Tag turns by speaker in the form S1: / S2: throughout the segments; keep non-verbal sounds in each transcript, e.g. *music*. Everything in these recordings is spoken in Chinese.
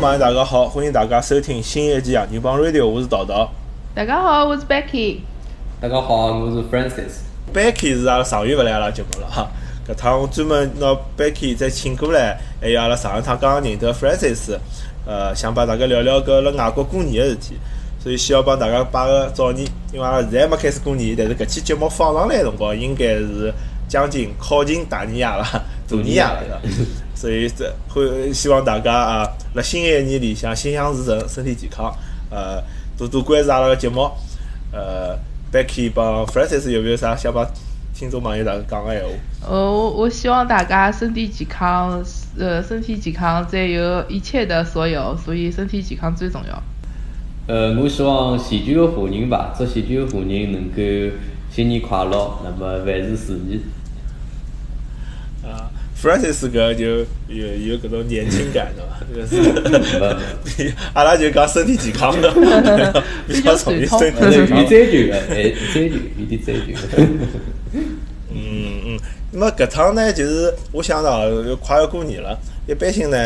S1: 朋友大家好，欢迎大家收听新一期《洋人帮 Radio》，我是桃桃。
S2: 大家好，我是 Becky。
S3: 大家好，我是 Francis。
S1: Becky 是阿拉上月勿来阿拉节目了哈，搿趟我专门拿 Becky 再请过来，还有阿拉上一趟刚刚认得 Francis，呃，想帮大家聊聊搿辣外国过年个事体，所以先要帮大家拜个早年，因为阿拉现在还没开始过年，但是搿期节目放上来个辰光，应该是将近靠近大年夜了，大年夜了对伐？所以这会希望大家啊，辣新的一年里向心想事成，身体健康，呃，多多关注阿拉个节目，呃，Becky 帮 Francis 有没有啥想帮听众朋友大家讲个闲话？
S2: 呃，我我希望大家身体健康，呃，身体健康才有一切的所有，所以身体健康最重要。
S3: 呃，我希望前全个华人吧，祝前全个华人能够新年快乐，那么万事如意。
S1: 啊，Francis 搿就有有搿种年轻感的嘛，就是阿拉就讲身体健康的，比较属于身体
S3: 呃，有
S1: 健
S3: 点
S1: 康。
S3: 追求的，哎，追求，有点追求。
S1: 嗯嗯，那么搿趟呢，就是我想到又快要过年了，一般性呢，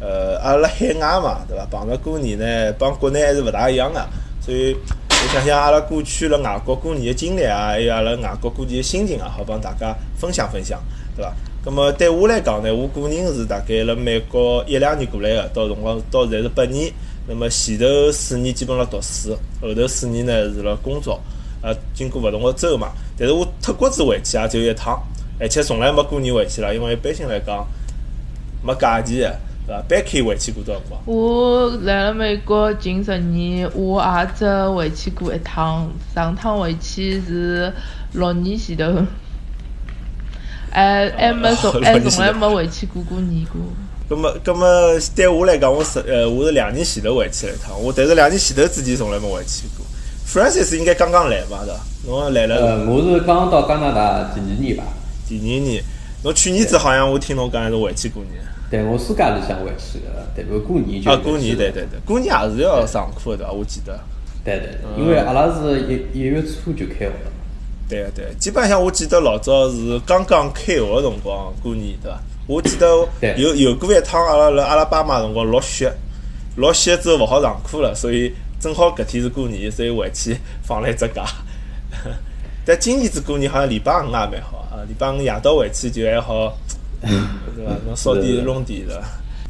S1: 呃，阿拉海外嘛，对伐？碰着过年呢，帮国内还是勿大一样个、所以我想想阿拉过去辣外国过年的经历啊，还有阿拉外国过年的心情啊，好帮大家分享分享，对伐？那么对我来讲呢，我个人是大概辣美国一两年过来个，到辰光到现在是八年。那么前头四年基本上读书，后头四年呢是辣工作。呃，经过勿同个州嘛。但是我脱国子回去也只有一趟，而且从来没过年回去了，因为一般性来讲没假期个，对伐？Becky 回去过多少辰光？
S2: 我来了美国近十年，我也只回去过一趟，上趟回去是六年前头，还还没从
S1: 六
S2: 还
S1: 年前头
S2: 从来没回去过过年过。
S1: 咁么，咁么对我来讲，我是呃，我是两年前头回去了一趟，我但是两年前头之前从来没回去过。Francis 应该刚刚来嘛，对伐？侬来了
S3: 呃，我是刚到加拿大几年年吧，
S1: 第二年，侬去年子好像我听侬讲是回去过年。
S3: 但我暑假里向回去的，但我过年就
S1: 啊，
S3: 回
S1: 过
S3: 去
S1: 年
S3: 了
S1: 对对对，过年也是要上课的对伐？我记得。
S3: 对对，对因为阿拉是一一月初就开学了。
S1: 对啊个对个，基本上我记得老早是刚刚开学个辰光过年，对伐？我记得
S3: 对
S1: 有有过一趟阿拉辣阿拉巴马辰光落雪，落雪之后勿好上课了，所以正好搿天是过年，所以回去放了一只假。 *laughs* 但今年子过年好像礼拜五也蛮好啊，礼拜五夜到回去就还好，对伐？侬烧
S3: 是
S1: 点
S3: 的
S1: 弄点的。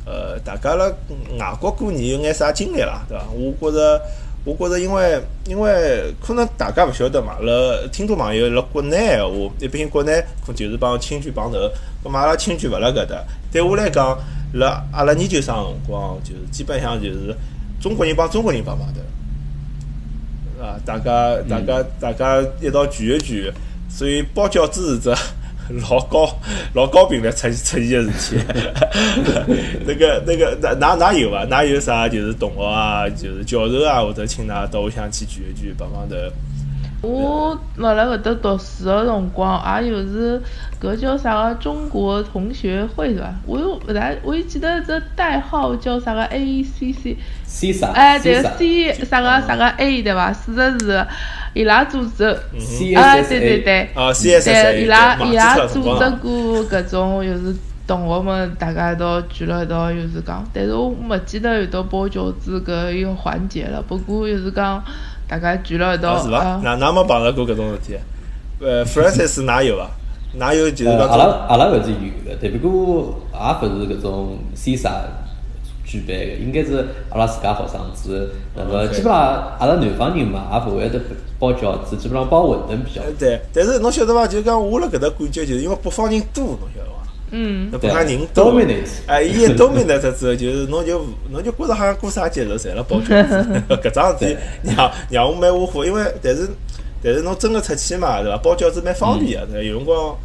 S1: 呃，大家辣外国过年有眼啥经历啦，对伐？我觉着，我觉着，因为因为可能大家勿晓得嘛，辣听众朋友辣国内闲话，一般国内可就是帮亲眷碰头，咁嘛阿拉亲眷勿辣搿搭。对我来讲，辣阿拉研究生辰光，就是基本上就是中国人帮中国人碰碰头。啊，大家
S2: 嗯
S1: 大家、大家一道聚一聚，所以包饺子是只 *laughs* 老高老高频率出出现的事体。 *laughs* 那个那个，哪哪哪有伐？啊哪有啥就是同学啊，就是教授啊，或者请㑚到屋里向去聚一聚，帮帮头。
S2: 我辣辣搿搭读书个辰光，也有是搿叫啥个中国同学会是伐？我又勿大，我又记得这代号叫啥个 A C C，
S3: C 啥？
S2: 哎，对
S3: 啊 C
S2: C 啥个啥个 A 对伐？四个字，伊拉组织，
S3: 嗯 C
S2: 哎，
S3: S
S2: 对对对，
S1: 啊，CSS
S2: 对伊拉伊拉组
S1: 组
S2: 织过搿种，就是同学们大家一道聚了一道，就是讲，但是我没记得有到包饺子搿一个环节了，不过就是讲大家聚了一道，
S1: 啊是伐
S2: 啊？
S1: 哪哪没碰着过搿种事体？呃，Francis 哪有伐？哪有就是
S3: 呃，
S1: 讲
S3: 阿
S1: 中
S3: 拉阿拉勿是有的，但不过也勿是搿种 C 啥举办的，应该是阿拉自家学生子。那么
S1: OK
S3: 基本上阿拉南方人嘛，也勿会得包饺子，基本上包馄饨比较多
S1: 呃。对，但是侬晓得伐？就是讲我辣搿搭感觉，就是因为北方人多，侬晓得伐？
S2: 嗯，
S1: 那北方人多
S3: dominate。
S1: 哎，伊一 dominate 之后，就是侬就侬就觉着好像过啥节日侪辣包饺
S2: *laughs*
S1: 子，搿桩事体让让我蛮窝火，因为但是但是侬真个出去嘛，对伐？包饺子蛮方便个，对伐？有辰光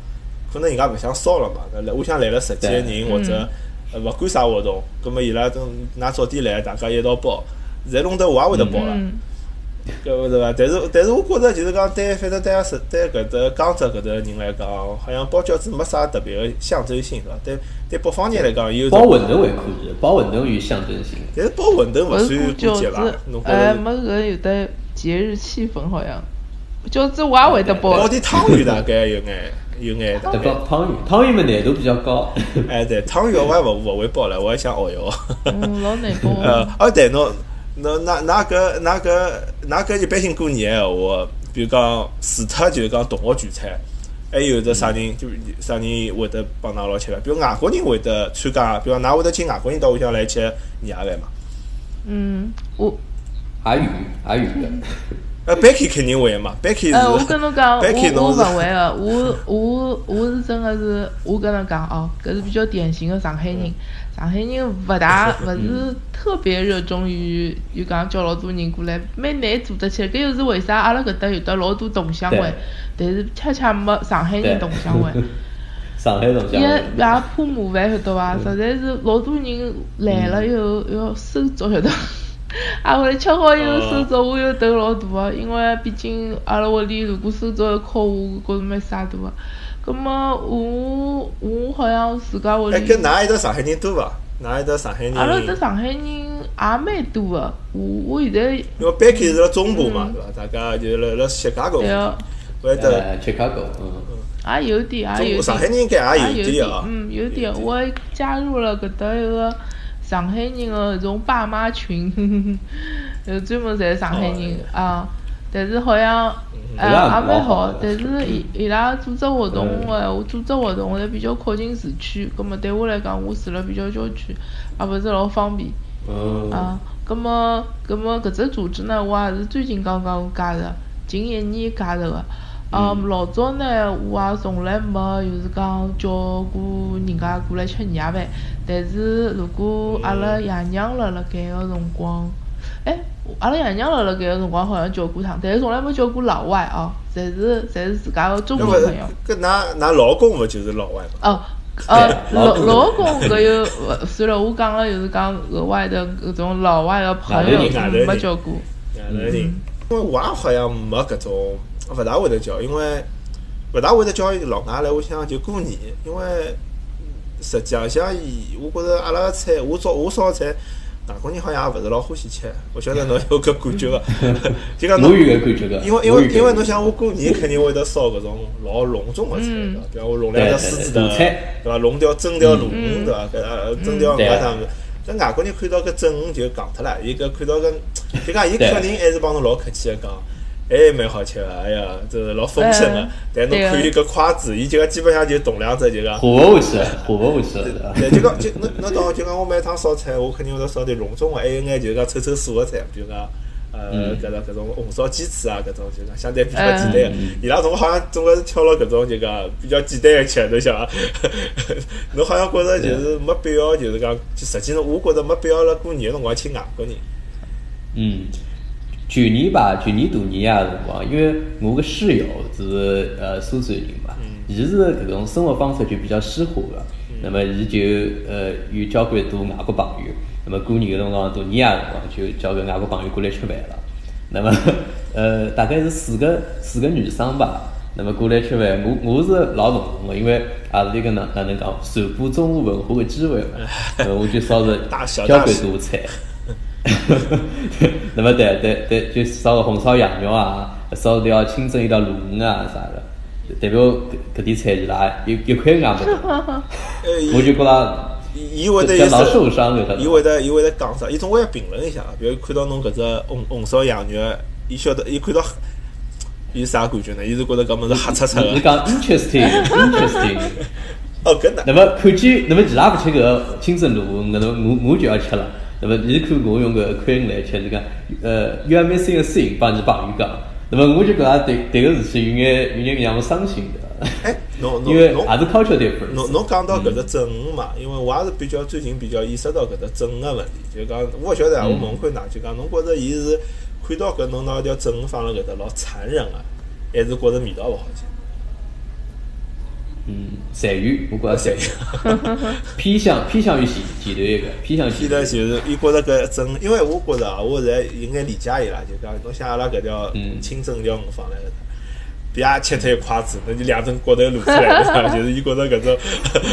S1: 可能人家勿想烧了嘛，那来屋里向来了十几个人或
S2: 嗯
S1: 者呃勿管啥活动，葛末伊拉等㑚早点来，大家一道包，现在弄得我也会得包了。
S2: 嗯，
S1: 搿勿是伐？但是但是我觉着就是讲，对，反正对阿是对搿搭江浙搿搭人来讲，好像包饺子没啥特别个象征性，是伐？对对北方人来讲，有
S3: 包
S1: 种，
S3: 馄饨还可以，包馄饨有象征性。
S1: 但是包馄饨勿
S2: 勿是
S1: 算
S2: 过
S1: 过
S2: 饺
S1: 节伐
S2: 子？
S1: 侬，觉
S2: 哎，
S1: 着
S2: 没搿有的节日气氛好像。饺子我也会得包
S1: 哎包，点汤圆大概有眼有眼的。
S2: *laughs*
S3: 得帮汤圆，汤圆么难度比较高。 *laughs*
S1: 哎，对，汤圆我也勿勿会包了，我也想学一学。
S2: 嗯，老难过
S1: *laughs* 呃
S2: 的。，
S1: 哦对，侬侬那那搿那搿那搿一般性过年个闲话，比如讲除脱就是讲同学聚餐，还有得啥人就啥人会得帮㑚老吃饭？比如外国人会得参加，比如讲㑚会得请外国人到屋里向来吃年夜饭嘛？
S2: 嗯，我，
S3: 也有，也有的。
S1: 呃，Becky 肯定会嘛，Becky 是。
S2: 呃，我跟侬讲，我
S1: Becky
S2: 我
S1: 侬是
S2: 勿会个，我我我是真个是，我跟侬讲哦，搿是比较典型的上海
S1: 嗯
S2: 人。上海人勿大勿是特别热衷于，就讲叫老多人过来，蛮难组织起来。搿又是为啥阿拉搿搭有得老多同乡会
S3: 对，
S2: 但是恰恰没上海人
S3: 对
S2: 同乡会。
S3: 上海同
S2: 伊
S3: 乡
S2: 也
S3: 会
S2: 也怕麻烦，晓得伐？实在是老多人来了以后要收桌，晓得伐。 *laughs* 啊，后来吃好以后收桌，我又头老大个，因为毕竟阿拉屋里如果收桌要敲我，我觉着没啥大个。葛末我我好像自家屋
S1: 哎，
S2: 里，
S1: 搿㑚埃搭上海人多啊伐？㑚埃搭上海人？
S2: 阿拉搿上海人也蛮多个。我我现在
S1: 因为 Becky 是辣中部嘛，对伐？大家就辣辣芝加哥
S2: 嗯对哦
S1: 嘛，
S2: 个
S1: 会得
S3: 呃，Chicago，嗯，
S2: 也啊有点，也
S1: 中
S2: 有
S1: 部上海
S2: 点。
S1: 人应该
S2: 也
S1: 也有
S2: 点
S1: 点啊。
S2: 嗯，有
S1: 有
S2: 点。
S1: 点
S2: 我还加入了搿搭一个上海人的搿种爸妈群， *laughs* 呃，专门侪是上海人啊。但是好像呃
S3: 伊拉
S2: 也蛮
S3: 蛮好
S2: 好
S3: 的，嗯
S2: 但是伊伊拉组织活动个闲话，组织活动侪比较靠近市区，葛末对我来讲，我住了比较郊区，也勿是老方便。
S3: 嗯，
S1: 哦
S2: 啊，葛么葛么搿只组织呢，我也是最近刚刚加入，近一年加入个。嗯，老早呢，我也从来没就是讲叫过人家过来吃年夜饭，但是如果阿拉爷娘辣辣盖个辰光，哎，阿拉爷娘辣辣盖个辰光好像叫过趟，但是从来没叫过老外哦，侪是侪是自家个嗯中
S1: 那
S2: 国
S1: 么
S2: 朋友。
S1: 搿㑚㑚老公勿就是老外嘛？
S2: 哦，
S1: *laughs*
S2: 呃，
S3: 对
S2: 老
S3: 老
S2: 老公搿又勿算了，我讲了就是讲额外的搿种老外的朋友
S3: 外
S1: 头人
S2: 嗯没交过，
S1: 两个人，因为我也好像没搿种，勿大会得叫，因为勿大会得叫老外来屋里向就过年，因为实际浪向伊，我觉着阿拉个菜，我
S3: *laughs*
S1: 烧我烧个菜，外国人好像也勿是老欢喜吃，勿晓得侬有搿感觉伐？就讲侬
S3: 我。有个感觉个，
S1: *laughs* 因为因
S3: 我
S1: 为
S3: 有搿
S1: 因为
S3: 感
S1: 侬
S3: 觉
S1: 想，我过年肯定会得烧搿种老隆重的菜，对伐？比方我弄两
S3: 对
S1: 只狮
S3: 对
S1: 子
S3: 对
S1: 头，
S3: 卤
S1: 对
S3: 菜
S1: 伐？弄条蒸条鲈鱼，对伐？搿呃蒸条
S3: 嗯对啊
S1: 鹅啥物事？但外国人看到搿蒸鱼就戆脱了，伊搿看到搿，就讲伊
S3: 对
S1: 肯定还是帮侬老客气个讲。哎，蛮好吃个，哎呀，这是老丰盛个
S2: 嗯。
S1: 但侬
S2: 对啊
S1: 看伊搿筷子，伊就讲基本上就动两只，就讲
S3: 活勿下去了，活勿下去了。
S1: *laughs*
S3: *laughs*
S1: 对，就讲就侬侬当就讲我每趟烧菜，我肯定会得烧点隆重个，还有眼就是讲凑凑数个菜，比如讲呃
S3: 嗯
S1: 搿种搿种红烧鸡翅啊，搿种就讲相对比较简单个
S3: 嗯。
S1: 伊拉总好像总归是挑了搿种就讲比较简单个吃，侬想啊， *laughs* 侬好像觉着就是没必要，就是讲就实际上我觉着没必要辣过年个辰光请外国人。
S3: 嗯，去年吧，去年大年夜个辰光，因为我个室友是呃苏州人嘛，
S1: 嗯
S3: 伊是搿种生活方式就比较西化个，那么伊就呃有交关多外国朋友，那么过年个辰光，大年夜个辰光就叫搿外国朋友过来吃饭了。那么 *laughs* 呃大概是四个四个女生吧，那么过来吃饭，我我是老笼统个，因为也是一个哪哪能讲传播中华文化个机会
S1: *laughs*
S3: 嘛，那么我就烧着
S1: 大小
S3: 交
S1: 大
S3: 关
S1: 小
S3: 多菜。 *laughs* 那么对对对，就烧个红烧羊肉啊，烧条清蒸一条鲈鱼啊啥的，代表搿搿点菜伊拉一一块硬没得， *laughs*
S1: 呃，
S3: 我
S1: 伊
S3: 就觉着
S1: 伊伊会得
S3: 这
S1: 有
S3: 这老
S1: 时
S3: 受伤了，
S1: 伊会得伊会得讲啥？伊总归要评论一下，比如看到侬搿只红红烧羊肉，伊晓得伊看到，伊啥感觉呢？伊是觉得搿物事黑漆漆
S3: 你
S1: 个。
S3: 讲 interesting interesting，
S1: *laughs* 哦，搿哪？
S3: 那么看见那么伊拉不吃搿个清蒸鲈鱼，那么我我就要吃了。那么伊看我用搿块鱼来吃，就讲呃，you are missing a thing，帮伊朋友讲。那么我就觉着对对搿事体有眼有眼让我伤心的，
S1: 哎，侬侬
S3: 因为啊也
S1: 侬
S3: 是 culture difference。
S1: 侬侬讲到搿只蒸鱼嘛，因为我也是比较最近比较意识到搿只蒸鱼个问题，就讲我勿晓得啊，
S3: 嗯
S1: 我问看哪就讲侬觉着伊是看到搿侬拿一条蒸鱼放辣搿搭老残忍个，还是觉着味道勿好吃？
S3: 嗯，鳝鱼，我觉着鳝鱼偏向偏向于前前头一个，偏向于
S1: 记
S3: 前头
S1: 得就是伊觉着搿蒸，呃因为我觉着啊，我现在有眼理解伊拉，就讲侬像阿拉搿条
S3: 嗯
S1: 清蒸条鱼放辣搿搭，别也切脱一筷子，那就两只骨头露出来了，就是伊觉着搿种， *laughs*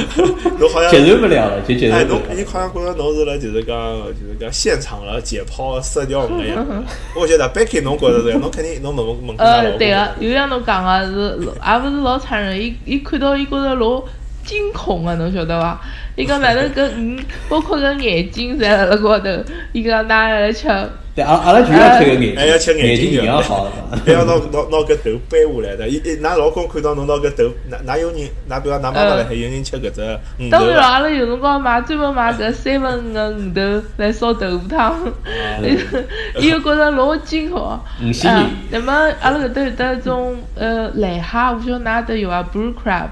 S1: 侬好 *laughs* 像
S3: 接受不了了，就接受
S1: 哎，
S3: 不
S1: 侬
S3: 了。
S1: 伊好像觉着侬是辣就是讲就是讲现场了解剖色调搿样
S3: 嗯
S1: 子。我晓得 Becky 侬觉着是，侬肯定侬问问问过㑚老
S2: 呃，
S1: 公
S2: 对
S1: 的
S2: 个，有像侬讲个是，也勿是老残忍，伊伊看到伊觉着老惊恐个，侬晓得伐？伊讲哪能搿鱼，包括搿眼睛侪辣辣高头，伊讲哪能来吃？
S3: 对，阿阿拉就要吃个眼
S1: 哎要吃
S3: 睛，
S1: 眼
S3: 眼
S1: 睛
S3: 睛
S1: 就
S3: 一样好。
S1: *laughs* 不要拿拿拿搿头掰下来的，伊伊㑚老公看到侬拿搿头，哪哪有人，哪比如讲㑚妈妈辣海有人吃搿只嗯鱼头
S2: 嗯当然了，
S1: 伐？
S2: 阿拉有辰光买专门买搿三文鱼个鱼头来烧豆腐汤， *laughs*
S3: 嗯
S2: 伊又觉着老惊恐。
S3: 五星人
S2: 啊，那么阿拉搿搭有得一种呃癞虾，我晓得㑚搿搭有伐 b r e w crab，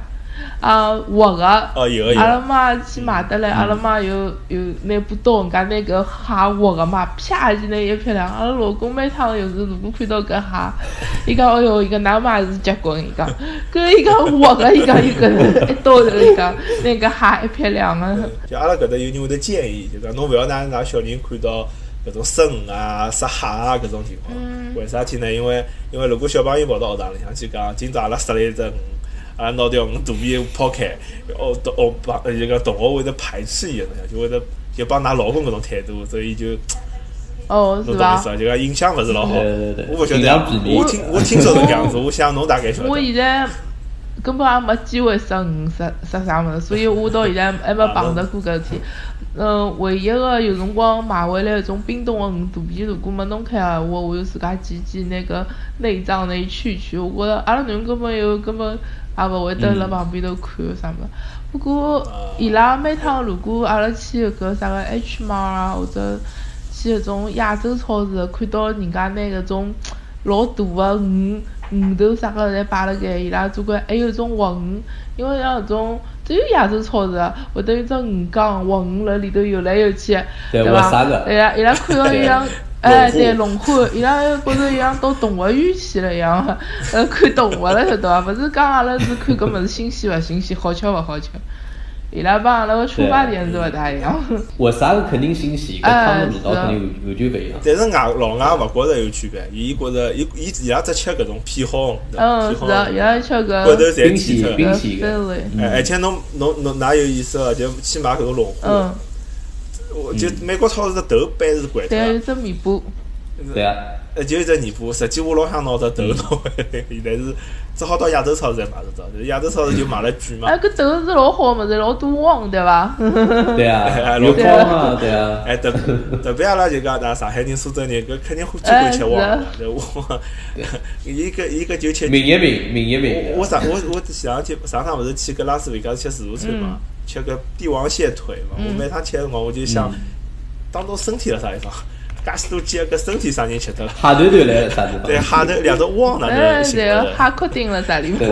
S2: 啊活个。
S1: 哦，有个有
S2: 阿拉
S1: 个，
S2: 妈去买得来，阿拉妈有有拿把刀，人家拿搿虾划个嘛，啪一记拿一撇两。阿拉老公每趟有时如果看到搿虾，伊讲哎哟，伊讲㑚妈是结棍，伊讲，搿伊讲划个，伊讲伊搿一刀头，伊讲拿搿虾一撇两个。
S1: 就阿拉搿搭有人会得建议，就讲侬勿要拿㑚小人看到搿种生鱼啊、杀蟹啊搿种情况。
S2: 嗯
S1: 为啥体呢？因为因为如果小朋友跑到学堂里向去讲，今朝阿拉杀了一只鱼。阿拉拿条鱼肚皮剖开，哦，同哦帮就讲同学会得排斥伊个，就会得就帮㑚老公搿种态度，所以就侬
S2: 哦，是
S1: 懂意
S2: 伐
S1: 思？伐？就讲印象勿是老好。
S3: 对对对
S1: 我勿晓
S3: 尽量避
S1: 得，
S3: 免
S1: 我听我听说是搿样子，我想侬大概晓得。
S2: 我现在根本也没机会杀鱼杀杀啥物事，所以我到现在还没碰着过搿事体。嗯，唯一个有辰光买回来一种冰冻个鱼肚皮，如果没弄开个话，我就自家剪剪那个内脏那一去一去。我觉着阿拉囡恩根本有根本也勿会得辣旁边头看啥物事。不过
S3: 呃
S2: 伊拉每趟如果阿拉去搿啥个 H 猫啊，或者去搿种亚洲超市，啊看到人家拿搿种老大个鱼鱼头啥个侪摆辣盖，伊拉总归还有一种活鱼，因为像搿种只有亚洲超市啊会得有只鱼缸活鱼辣里头游来游去，
S3: 对活
S2: 伐
S3: 撒个？
S2: 伊拉伊拉看到伊
S3: *laughs*
S2: 像哎，对，龙虾，伊拉觉着像到动物园去了一样， *laughs* 呃，看动物了，晓得伐？勿是讲阿拉是看搿物事新鲜勿新鲜，好吃勿好吃，伊拉帮阿拉个出发点是勿大一样。
S3: 我啥个肯定新
S1: 嗯
S3: 鲜，搿汤的味道肯定完完全不一样。
S1: 但是外老外勿觉着有区别，伊觉着伊伊伊拉只吃搿种偏好鱼，
S2: *laughs* 嗯，
S1: 偏
S2: 是
S1: 好
S2: 的，伊
S1: 鱼，
S2: 拉吃搿
S1: 骨头侪
S3: 冰
S1: 剔
S3: 淇
S1: 脱。
S3: 冰淇
S2: 对
S3: 个，
S2: 对
S1: 哎而且侬侬侬㑚有意思个，就去买搿种龙虾
S2: 嗯，，
S1: 我就美国超市的头掰是掼脱
S2: 对，有
S1: 的，
S2: 只尾巴。
S3: 对啊，
S1: 呃，就一只尾巴。实际我老想拿只头 *laughs* 弄回来，但是只好到亚洲超市才买得到，就是亚洲超市就买了贵嘛
S2: 哎，。搿头是老好个物事，老多网对伐？
S1: *laughs*
S3: 对啊，有光啊，对啊，
S1: 哎，特特别阿拉就讲，那上海人、苏州人，搿肯定欢喜欢吃旺的。对 *laughs* 我，伊搿伊搿就吃。
S3: 名一名，名一名。
S1: 我我上我我前两天上趟勿是去搿拉斯维加斯吃自助餐
S2: 嗯
S1: 嘛，吃搿帝王蟹腿嘛。我每趟吃的辰光，我就想，
S2: 嗯
S1: 当中身体辣啥地方？介许多鸡，搿身体啥人吃脱了？
S3: 哈头头来了啥地方？
S1: 对，虾头两只汪哪
S2: *laughs* 哎，
S1: 能行
S2: 嗯对
S1: 得
S2: 个，
S1: 着？
S2: 哈克定了啥地 *laughs* 方？
S3: 对，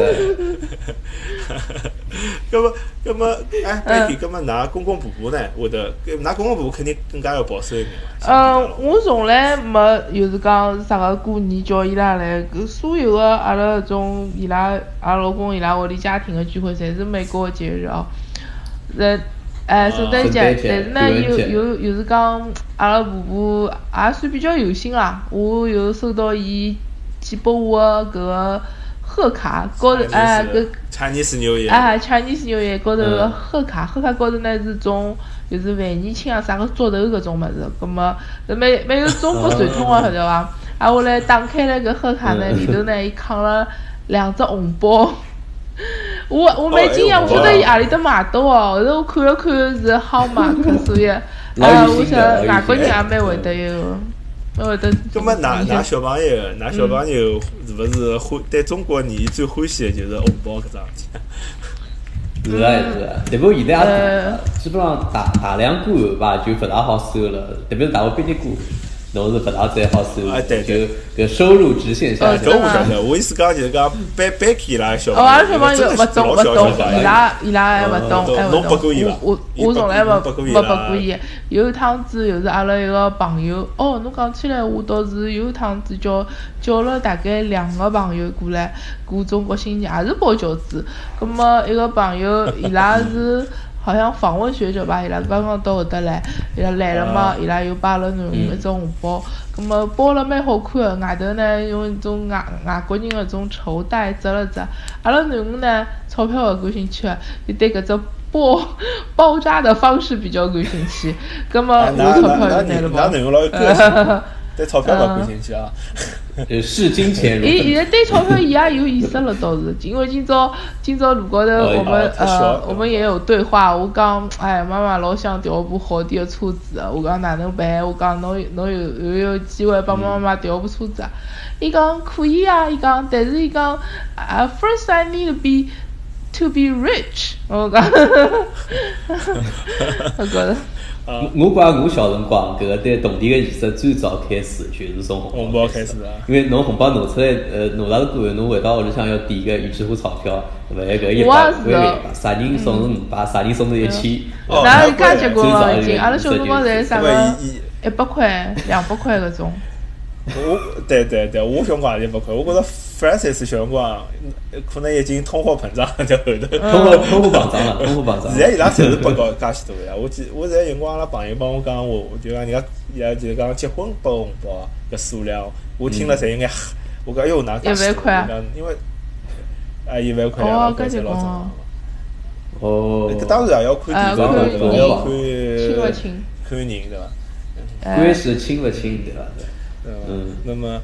S1: 搿么搿么，哎，
S2: 嗯
S1: 贝蒂，搿么㑚公公婆婆呢？会得，㑚公公婆婆肯定更加要保守一点嘛。
S2: 嗯，我从来没就是讲啥个过年叫伊拉来，搿所有个阿拉搿种伊拉阿拉老公伊拉屋里家庭个聚会，侪是美国个节日哦。人，哎，圣诞节，
S3: 啊圣诞节
S2: 但是呢，
S3: 愚人
S2: 有
S3: 节
S2: 有有是讲阿拉婆婆也算比较有心啦，我有收到伊寄拨我个搿个贺卡，高头
S3: 啊
S2: 哎搿。
S1: 呃 Chinese New Year，
S2: 啊，Chinese New Year 高头
S3: 嗯
S2: 贺卡，贺卡高头呢是种就是万年青啊啥个竹头搿种物事，葛末搿蛮蛮有中国传统啊，晓
S1: *laughs*
S2: 得伐？啊，我来打开了搿贺卡呢，
S3: 嗯
S2: 里头呢伊扛了两只红包。我我蛮惊
S1: 哎
S2: 讶，
S1: 呦
S2: 我觉得伊何里搭买到哦，后头我看了看是 How much，
S1: *laughs*
S2: 所以啊，我想外国人也蛮会得有，蛮会得。
S1: 咁么，㑚
S2: 你想
S1: 㑚小朋友，㑚小朋友
S2: 嗯
S1: 是勿是欢对中国年最欢喜的就是红包搿桩事体？
S3: 是啊是啊。但不过现在也基本上大大量过后吧，就不大好收了，特别是大学毕业过，侬是不大再好收，
S1: 哎
S3: 就搿收入直线下
S1: 搿
S3: 降。
S1: 我晓得，我意思讲就是讲贝贝克啦，小
S2: 哦，阿拉小
S1: 朋
S2: 朋
S1: 友
S2: 友
S1: 因为真的
S2: 勿
S1: 是
S2: 懂
S1: 老
S2: 勿
S1: 小
S2: 懂
S1: 小朋，友
S2: 伊拉伊拉哎还勿
S1: 嗯
S2: 懂，
S1: 懂
S2: 还勿
S1: 侬
S2: 懂
S1: 拨过伊伐。
S2: 我
S1: 伊
S2: 我我
S1: 拨
S2: 从来
S1: 伊
S2: 勿
S1: 拨过伊
S2: 勿
S1: 啦
S2: 拨过伊。有一趟子，就是阿拉一个朋友，哦，侬讲起来，我倒是有一趟子叫叫了大概两个朋友过来过中国新年，也是包饺子。葛么一个朋友，伊拉是。 *laughs* 好像访问学者吧，伊拉刚刚到搿搭来，伊拉来了嘛，
S1: 啊
S2: 伊拉又摆了囡恩一只红包，葛末包了蛮好看个，外头呢用一种外外国人个种绸带折了折，阿拉囡恩呢钞票勿感兴趣个，伊对搿只。包 *laughs* 包扎的方式比较感兴趣，葛末
S1: 啊
S2: 我
S1: 那
S2: 钞票
S1: 那
S2: 就
S1: 那
S2: 拿了
S1: 那
S2: 包。
S1: 囡恩老有个性，对钞票勿感兴趣啊。
S3: 呃，视金钱如
S2: 伊现
S3: 粪
S2: 在对钞票伊也有意识了，倒是，因为今朝今朝路高头
S3: 哦
S2: 我们
S1: 哦他说
S2: 呃
S1: 了
S2: 我们也有对话，我讲哎妈妈老想调部好点的车子啊的，我讲哪能办？我讲侬有侬有有有机会帮妈妈调部车子啊？伊讲可以啊，伊讲但是伊讲啊 first I need to be to be rich，我讲，我觉着。
S1: 啊，
S3: 呃我怪我小辰光，搿个对铜钿个仪式最早开始就是从
S1: 红
S3: 红
S1: 包
S3: 包
S1: 开
S3: 开
S1: 始
S3: 始
S1: 啊
S3: 因为侬红包拿出来，呃，拿到了过后，侬回到屋里向要点一个预支付钞票，对伐？搿
S2: 我
S3: 一百
S2: 也
S3: 块
S2: 是的
S3: 一百，啥人送是五百，啥人送是一千。
S1: 哦
S2: 哪
S1: 难
S2: 有介
S1: 怪
S2: 结棍
S3: 最早
S2: 了
S3: 有
S2: 已经？
S3: 人
S2: 阿拉小辰光
S3: 这就
S2: 侪
S3: 是
S2: 啥
S1: 对
S2: 个
S1: 伊伊
S2: 一百块、两百块搿种。
S1: 我对对对，我小辰光也勿快，我觉着 Francis 小辰光呃可能已经通货膨胀在后头。
S3: 通货通货膨胀了，通货膨胀了。
S1: 现在伊拉侪是拨高介许多个呀！我记我现在有辰光阿拉朋友帮我讲，我我就讲人家伊拉就是讲结婚拨红包搿数量，我听了侪应该，我讲哎哟哪介许多
S2: 一万块啊
S1: 我讲因为啊一万块
S2: 哦
S1: 两万块
S2: 搿
S1: 侪
S2: 就
S1: 老
S2: 讲
S1: 正
S2: 哦
S1: 常。
S3: 哦，
S1: 搿哎当然也要看
S2: 啊
S1: 地方
S2: 看
S1: 对伐？
S3: 地
S1: 也要
S3: 方
S1: 看
S2: 亲勿亲
S1: 看人对伐？
S2: 哎
S3: 关，系亲勿亲，对伐？
S1: 对伐
S3: 嗯
S1: 那么，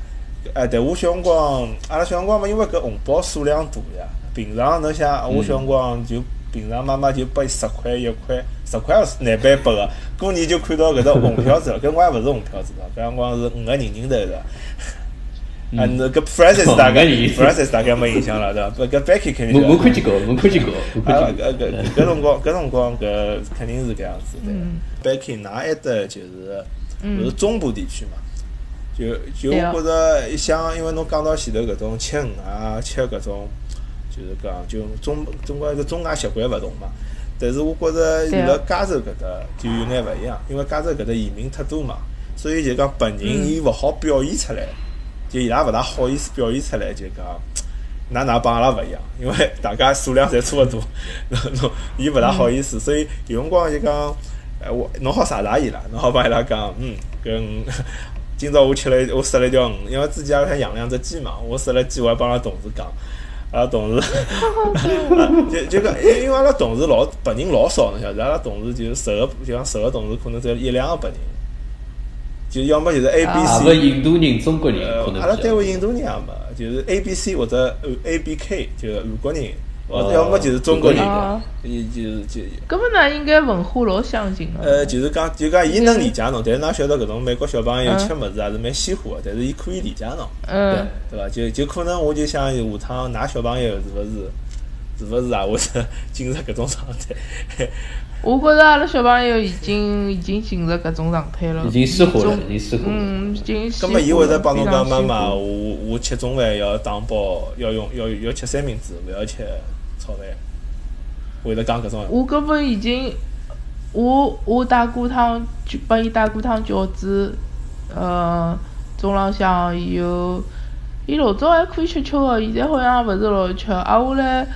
S1: 哎，但我小辰光，阿拉小辰光嘛，因为搿红包数量大呀。平常侬想，我小辰光就平常妈妈就拨十块、一块、十块也是难办拨个。过年就看到搿只红票子了，搿辰光还勿是红票子了，搿辰光是五个人人头的。啊，那搿 Francis 大概
S3: 嗯五个人
S1: ，Francis 大概没印象了，对伐？搿搿 Becky 肯定
S3: 我
S1: 晓
S3: 我
S1: 得。
S3: 看见过，我看见过，我
S1: 啊，
S3: 看见过。
S1: 搿搿搿辰光，搿辰光搿肯定是搿样子的。Becky 哪埃搭就是，
S3: 嗯
S1: 勿是中部地区嘛？就就
S2: 嗯对啊
S1: 我觉着，像因为侬讲到前头搿种吃鱼啊，吃搿种，就是讲就中中国个中外习惯勿同嘛。但是我觉着
S2: 对啊
S1: 辣加州搿搭就有眼勿一样，因为加州搿搭移民太多嘛，所以就讲白人
S2: 嗯
S1: 伊勿好表现出来，就伊拉勿大好意思表现出来，就讲。㑚㑚帮阿拉勿一样，因为大家数量侪差勿多，侬侬伊勿大好意
S2: 嗯
S1: 思，所以有辰光就讲，哎我侬好查查伊拉，侬好帮伊拉讲，嗯，跟今朝我吃了一，我杀了一条鱼，因为之前阿拉想养两只鸡嘛，我杀了鸡，我还帮阿拉同事讲，阿拉同啊事 *laughs* 就就讲，因因为阿拉同事老白人老少，侬晓得，阿拉同事就是十个，就讲十个同事可能只有一两个白人，就要么就是 A B
S3: 啊，
S1: C，、
S3: 勿印度人、中国人
S1: 呃
S3: 可能比较多。
S1: 阿拉单位印度人也没，就是 A B C 或者 A B K，就是韩国人，或
S3: 哦
S1: 者要么就是中国人
S3: 中国人
S2: 哦，
S1: 伊就是就
S2: 搿么呢，应该文化老相近个。
S1: 呃，就是讲就讲伊能理解侬，但是㑚晓得搿种美国小朋友吃物事也是蛮鲜活的，但是伊可以理解侬，
S2: 嗯，
S1: 对伐？就就可能我就想下趟㑚小朋友是勿是是勿是啊？会是 *laughs* 进入搿种状
S2: *laughs*
S1: 态？
S2: 我觉着阿拉小朋友已经已经进入搿种状态了，
S3: 已经失火了
S2: 中，
S3: 已经失火了。
S2: 嗯，已经西
S1: 咁
S2: 化
S1: 么，
S2: 了。
S1: 伊会得帮侬讲妈
S2: 非常西
S1: 妈，
S2: 化
S1: 我我吃中饭要打包，要用要要吃三明治，勿要吃炒饭。会得讲搿种。
S2: 我根本已经，我我带过趟，就帮伊带过趟饺子，呃，中浪向有，伊老早还可以吃吃个，现在好像也勿是老吃，挨下来，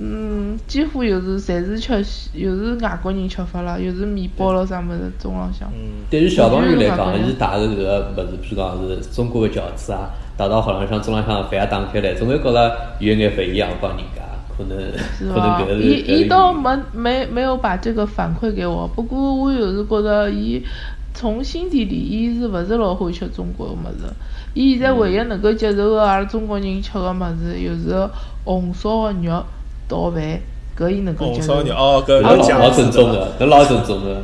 S2: 嗯，几乎又是侪是吃西，又是外国人吃法啦，又是面包咯啥物事，中浪向。
S1: 嗯，
S3: 对于小朋友来
S2: 我觉得
S3: 讲，
S2: 是
S3: 伊带个搿个物事，譬如讲是中国个饺子啊，带到好浪向中浪向饭也啊打开来，总归觉着有眼勿一样，帮人家可能
S2: 是
S3: *laughs* 可能
S2: 吧
S3: 搿个？是
S2: 伊伊
S3: 搿
S2: 倒
S3: 个
S2: 没没没有把这个反馈给我，不过我有是觉着伊从心底里伊是勿是老欢喜吃中国个物事。伊现在唯一能够接受个阿拉中国人吃个物事，就是红烧个肉倒饭，搿伊能够
S1: 红
S2: 接
S1: 烧
S2: 受。
S1: 肉哦，搿
S3: 搿老
S1: 搿酱
S3: 老
S1: 汁
S3: 正宗
S1: 对伐
S3: 个，搿老正宗个。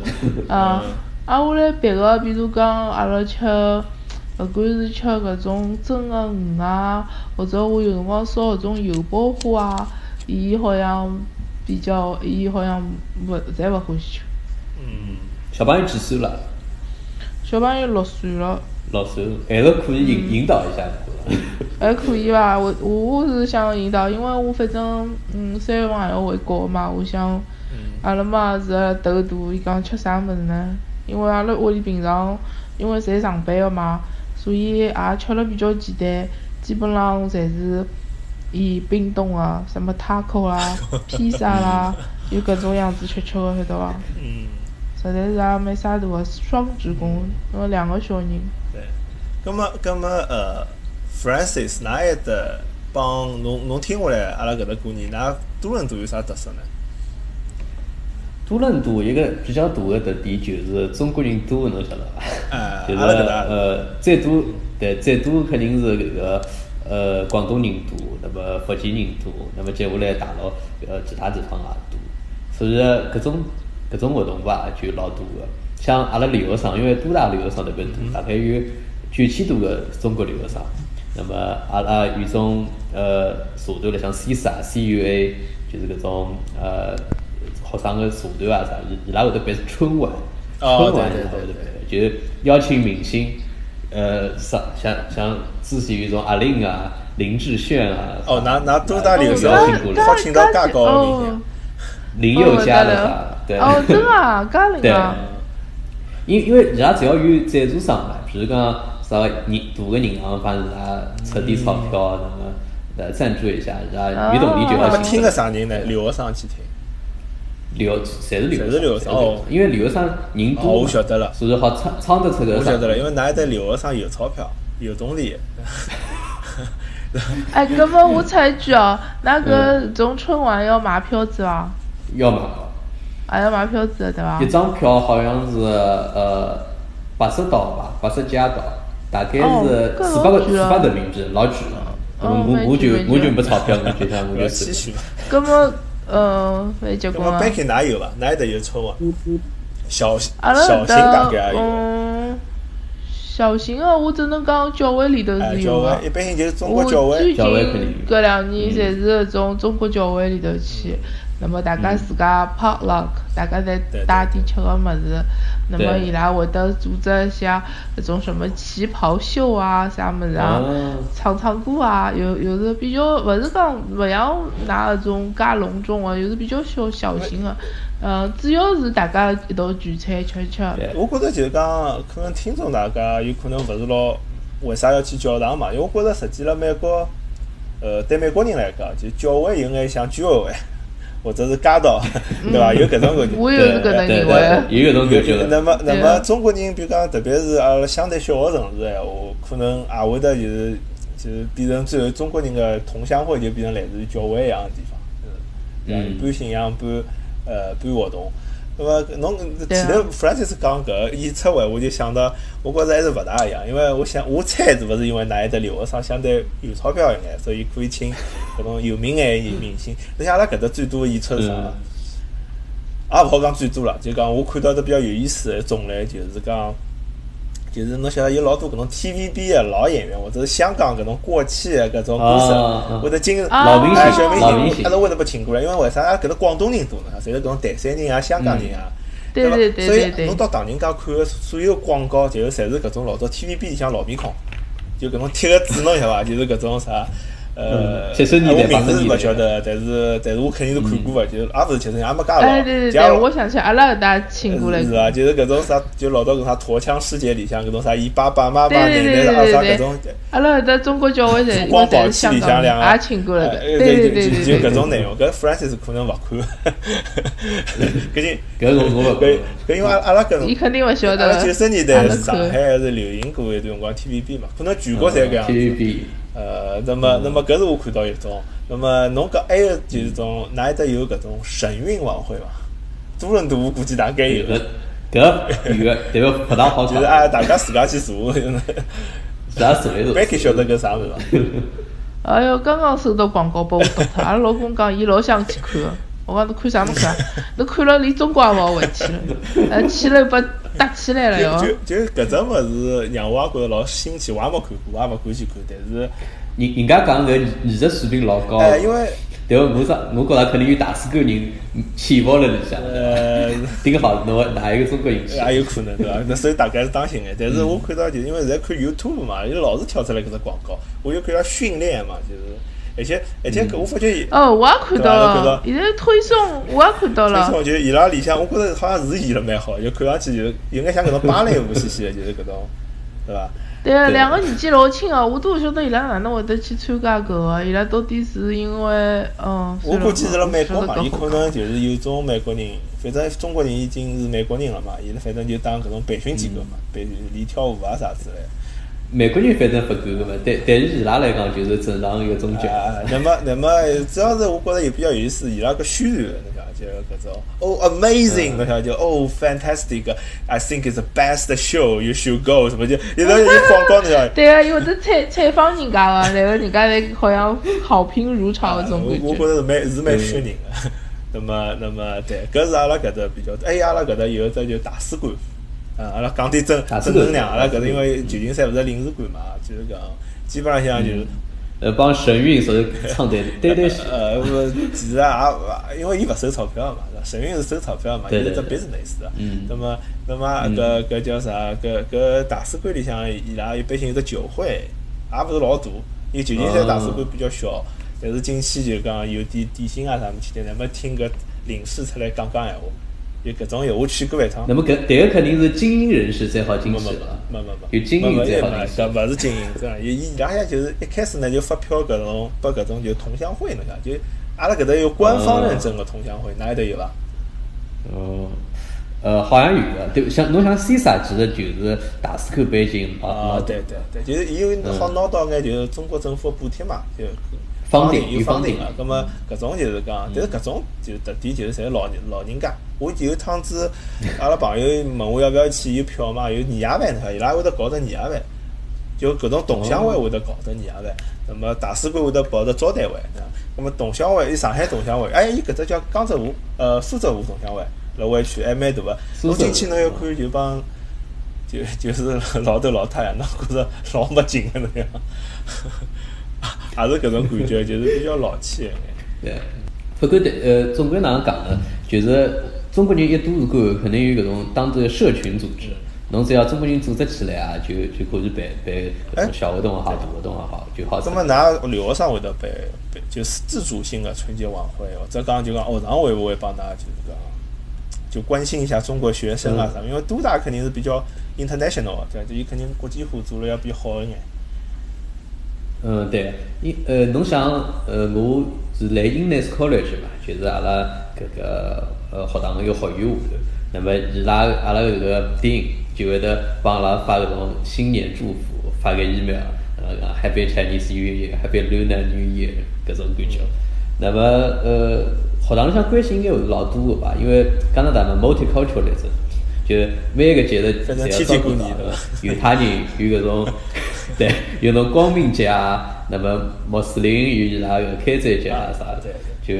S2: 啊，啊，下来别个，比如讲阿拉吃，勿管是吃搿种蒸个鱼啊，或者我有辰光烧搿种油爆花啊，伊好像比较，伊好像勿侪勿欢喜吃。
S1: 嗯，
S3: 小朋友几岁了？
S2: 小朋友六岁了，
S3: 老师还是可以引引导一下
S1: 嗯
S3: 的。
S2: 还可以伐？我我是想引导，因为我反正嗯三月份还要回国嘛，我想阿拉妈是头大，伊讲吃啥物事呢？因为阿拉屋里平常因为侪上班个嘛，所以也吃了比较简单，基本上侪是伊冰冻啊，什么 taco 啦、披萨啦，有搿种样子吃吃个，晓得伐？
S1: 嗯，
S2: 实在是也没啥大个双职工，因为两个小人。
S1: 对。葛么，葛么，呃，Francis，㑚还得帮侬侬听下来，阿拉搿搭过年，㑚多伦多有啥特色呢？
S3: 多伦多一个比较大的特点就是中国人多，侬晓得伐
S1: 哎？
S3: 就是
S1: 阿拉搿搭
S3: 呃，最多对最多肯定是搿个呃广东人多，那么福建人多，那么接下来大陆呃其他地方也多，所以搿种搿种活动吧就老多个。像阿拉留学生，因为多大留学生特别
S1: 嗯
S3: 多，大概有九千多个中国留学生。那么阿拉有种呃社团里向 CSA、CUA，就是搿种呃学生个社团啊啥，伊伊拉会得办春晚，
S1: 哦
S3: 春晚
S1: 对
S3: 伊拉
S1: 对
S3: 会得
S1: 对
S3: 办，就是邀请明星，呃，上像像之前有种阿令啊、林志炫啊，
S1: 哦，㑚�㑚多大流
S3: 有
S1: 行
S3: 邀请过
S2: 介
S3: 来
S1: 好请到介高个名
S2: 哦
S1: 人，，
S3: 林
S2: 哦
S3: 宥嘉
S2: 对
S3: 了
S2: 了
S3: 啥，对，
S2: 哦，真的啊，介灵
S3: *laughs* 对
S2: 啊！
S3: 因因为伊拉只要有赞助商嘛，比如讲啥人大个银行帮伊拉出点钞票，那么来赞助一下，伊
S2: 哦
S3: 拉有动力就
S1: 那
S3: 要
S1: 么
S3: 请
S1: 听
S3: 人。
S1: 个啥人呢？留学生去听。
S3: 留侪是留，
S1: 侪是留学生哦
S3: 因为留学生人多嘛，
S1: 哦我晓得了
S3: 所以好撑撑得出个
S1: 我
S3: 啥
S1: 晓得了，因为㑚还在留学生有钞票，有动力。
S2: 哎，搿么我插一句哦，那
S1: 嗯
S2: 搿种春晚要买票子伐？
S3: 要么
S2: 还要买票子的对伐
S3: 一？张票好像是呃八十刀吧，八十加刀，大概
S2: 哦
S3: 是
S2: 搿
S3: 四百
S2: 老
S3: 个
S2: 贵
S3: 四
S2: 了
S3: 百人民币，老贵了。那么
S2: 哦蛮
S3: 我我就
S2: 贵蛮
S3: 我
S2: 贵
S3: 就没钞票，我就想我
S1: 不
S3: 就
S1: 要
S3: 随
S1: 谦 *laughs*
S3: 便
S1: 虚嘛。
S2: 搿么，呃，蛮结
S1: 那
S2: 棍
S1: 么
S2: 啊。
S1: Becky 哪有伐？哪有得有春晚？小
S2: 阿
S1: 小
S2: 拉
S1: 型
S2: 搿
S1: 大概也有。
S2: 啊嗯，小型个我只能讲教会里头
S1: 哎，
S2: 是
S1: 教
S2: 有个
S1: 会一。般性就是中
S2: 我
S1: 国教
S2: 最
S1: 会。
S2: 近
S3: 教会肯定有
S2: 搿两年侪是搿种中国教会里头去，那么大家自家 potluck，大
S1: 嗯
S2: 家侪
S1: 对对
S2: 带点吃个物事，那么
S3: 对
S2: 伊拉会得组织一下搿种什么旗袍秀啊啥物事啊
S3: 哦，
S2: 唱唱歌啊，有有是比较勿是讲勿像㑚搿种介隆重啊个，有是比较小小型个，嗯，主要是大家一道聚餐吃吃。
S3: 对
S1: 我觉着就是讲，可能听众大家有可能勿是老为啥要去教堂嘛？因为我觉着实际辣美国，呃，对美国人来讲，就教会有眼像居委会 *laughs* 或者是街道，对伐？嗯有搿种感觉。
S2: 我也
S3: 对
S2: 是搿能
S3: 对
S2: 认
S3: 对
S2: 为。
S3: 也有种感觉
S1: 那
S3: 的。
S1: 么，那
S2: 对
S1: 么
S2: 啊
S1: 中国人，比如讲，特别是阿拉相对小个城市闲话，可能也会得就是就是变成最后中国人的同乡会就变成类似于教会一样的地方，对吧
S3: 嗯
S1: 半信仰半呃半活动。那么侬
S2: 对
S1: 前
S2: 啊
S1: 头 Francis 讲搿演出话，我就想到，我觉着还是勿大一样，因为我想我猜是勿是因为哪一只留学生相对有钞票一眼，所以可以请搿种有名眼明星。侬像阿拉搿搭最多的演出是啥？
S3: 嗯
S1: 也勿好讲最多了，就讲我看到的比较有意思的种类，就是讲，就是侬晓得有老多搿种 TVB 的老演员，或者是香港搿种过气的搿种歌
S3: 啊
S1: 手，
S3: 啊
S1: 或者今
S2: 啊
S3: 老明
S1: 哎小明
S3: 星，老明
S1: 星，
S3: 星
S1: 阿，拉为什么请过来？因为为啥阿拉搿搭广东人多呢？侪是搿种台山人啊、香港人啊。
S2: 对
S1: 吧
S2: 对对
S1: 所
S2: 对
S1: 以
S2: 对
S1: 侬到唐人街看的所有广告，就是侪是搿种老早 TVB 里向老面孔，就搿种贴个纸侬晓
S2: *laughs*
S1: 得伐？就是搿种啥。呃，
S3: 嗯70年代
S1: 我名字是
S3: 80
S1: 勿晓得，但是但是我肯定是看过的，啊就是也勿是七十年，也没介老，
S2: 哎，对对
S1: 就也
S2: 对，
S1: 勿
S2: 我想起阿拉搿搭请过来
S1: 是啊，就是搿种啥，就老早搿啥陀枪师姐里向搿种啥，伊爸爸妈妈奶
S2: 对对
S1: 奶
S2: 对
S1: 啊
S2: 对
S1: 啥
S2: 对
S1: 搿种，
S2: 阿拉搿搭中国交
S1: *laughs*
S2: 会
S1: 珠
S2: 侪，
S1: 光
S2: 我
S1: 宝
S2: 侪
S1: 气
S2: 香
S1: 里
S2: 港
S1: 向
S2: 人
S1: 两啊，
S2: 也请过来
S1: 呃
S2: 的，
S1: 呃
S2: 对
S1: 对
S2: 对
S1: 就
S2: 对
S1: 就搿
S2: 对。
S1: 种内容，搿 Francis 可能勿看， *laughs* 搿人
S3: 搿我我
S1: 搿
S3: 勿会。
S1: 搿因为阿阿拉搿
S2: 伊肯定勿晓
S1: 阿
S2: 得
S1: 拉九十年代
S2: 阿拉
S1: 上
S2: 看
S1: 海还是流行过一段辰光 TVB 嘛，可能全国侪搿
S3: 嗯
S1: 样子。
S3: TVB，
S1: 呃，那么那么搿是我看到一种，那么侬搿还有就是种，哪有得有搿种神韵晚会伐？多伦多我估计大概有。
S3: 搿搿有个，但是不大好
S1: 就
S3: 讲
S1: 是。啊，大家自家去 *laughs* 做。
S3: 自家做一做。
S1: Becky 晓得搿啥物事伐？
S2: 哎哟，刚刚收到广告拨我打
S1: *laughs*
S2: 脱，阿拉老公讲伊老想去看个，我讲侬看啥物事啊？侬看了连中国也勿好回去了，呃，去了把搭起来了
S1: 就
S2: 哟。
S1: 就就搿只物事，让我也觉着老新奇，我也没看过，我也勿敢去看。但是，
S3: 人人家讲搿艺术水平老高，
S1: 哎，因为
S3: 但是我上我觉着肯定有大四个人潜伏辣里向，
S1: 呃，
S3: 顶好侬哪一个中国人去？
S1: *laughs* 也有可能对伐？那所以大家是当心眼。但是我看到就是因为现在看 YouTube 嘛，伊老是跳出来搿只广告，我就看到训练嘛，就是而且而且搿我发觉伊。
S2: 哦，我也看到
S1: 对啊吧
S2: 了，现在推送我也看到
S1: 所以
S2: 了。
S1: 说就是伊拉里向，我觉着好像是演了蛮好，就看上去就是有眼像搿种芭蕾舞兮兮的，就是搿种，对伐？
S2: 对，啊两个年纪老轻个，我都勿晓得伊拉哪能会得去参加搿个，伊拉到底是因为嗯，
S1: 我估计是辣美国
S2: 嘛
S1: 嘛，，伊可能就是有种美国人，反正中国人已经是美国人了嘛，伊拉反正就当搿种培训机构嘛，培练跳舞啊啥之类的。
S3: 美国人反正勿管个嘛，但但是伊拉来讲就是正常一个宗教。
S1: 啊，那么那么主要是我觉着也比较有意思，伊拉搿宣传侬晓得就搿种 Oh
S2: 嗯
S1: amazing，侬晓得就 Oh fantastic，I think it's the best show you should go 什么就有的有广告侬晓得。
S2: 对啊，有的采采访人家个，然后人家侪好像好评如潮搿种
S1: 我
S2: 感
S1: 啊我觉
S2: 觉。
S1: 着是蛮是蛮吸引人的。 *laughs* 那么那么对，搿是阿拉搿搭比较，还有阿拉搿搭有一只就大使馆，啊，阿拉讲点正
S3: 大使
S1: 正
S3: 馆
S1: 能量，阿拉搿搭因为旧金山勿是领事馆嘛，就是讲基本浪向
S2: 嗯
S1: 就是。
S3: 呃，帮神韵所唱的对对戏，
S1: *laughs* 呃，我其实也勿，啊因为伊勿收钞票嘛，神韵是收钞票嘛，伊
S3: 对
S1: 是
S3: 对
S1: 只
S3: 对
S1: business 的。
S3: 嗯
S1: 那么，那么搿搿叫啥？搿搿大使馆里向伊拉一般性有只酒会，也勿是老大，因为旧金山大使馆比较
S3: 哦
S1: 小，但是进去就讲有点点心啊啥物事体，乃末听搿领事出来讲讲闲话，有搿种闲话去过一趟
S3: 那。么搿迭个肯定是精英人士才好进
S1: 没
S3: 去
S1: 没
S3: 了，
S1: 没没没，
S3: 有精英才好
S1: 没
S3: 进
S1: 搿
S3: 去。
S1: 勿是精英，真的伊伊拉呀就是一开始呢就发票搿种，拨搿种就同乡会侬讲，就阿拉搿搭有官方认证个同乡会，哪一搭有伐？
S3: 哦，呃，好像有的，对，像侬像 C 萨其实就是大斯科背景
S1: 啊，对对对，嗯就是伊有好拿到眼就是中国政府补贴嘛，就
S3: 方顶
S1: 顶有
S3: 有
S1: 方
S3: 方
S1: 顶啊嗯
S3: 顶
S1: 个，葛末搿种就是讲，但是搿种就是特点就是侪老人老人家。我有趟子阿拉朋友问我要勿要去，有票嘛，有年夜饭的，伊拉会得搞只年夜饭。就搿种同乡会会得搞得年夜饭，那么大使馆会得搞得招待会，啊那么同乡会，伊上海同乡会，哎，伊搿只叫江浙沪，呃，苏州沪同乡会，辣湾区还蛮大个。
S3: 苏
S1: 我
S3: 州
S1: 进去
S3: 沪
S1: 侬要看就帮，就就是老头老太爷，啊侬觉着老没劲个那样， *laughs* 也是搿种感觉，就是比较老气一眼。
S3: 对，不过对，呃，总归哪能讲呢？就是中国人一多是干，肯定有搿种当地的社群组织。侬只要中国人组织起来啊，就就可以办办搿种小活动也好，大活动也好，就好
S1: 那
S3: 整。
S1: 哎么㑚留学生会得办办就是自主性的春节晚会，或者讲就讲哦学堂会不会帮㑚就是讲就关心一下中国学生啊啥？因为都大肯定是比较 international，对吧？就伊肯定国际化做了要比好一眼。
S3: 嗯，对，因呃，侬想呃，我是来 Innes College 嘛，就是阿拉搿个呃学堂的一个学院下头，那么伊拉阿拉搿个 dean 就会得帮阿拉发搿种新年祝福，发个 email，然后讲 Happy Chinese New Year，Happy Lunar New Year 搿种感觉。那么呃，学堂里向关系应该会是老多个吧，因为加拿大嘛 multiculturalism，就是每一个节日
S1: 反正
S3: 侪要
S1: 天
S3: 照
S1: 天
S3: 顾
S1: 过
S3: 到
S1: 年对
S3: 的
S1: 吧。
S3: 犹太人 *laughs* 有搿种， *laughs* 对，有种光明节啊，那么穆斯林有伊拉个开斋节啊啥的，就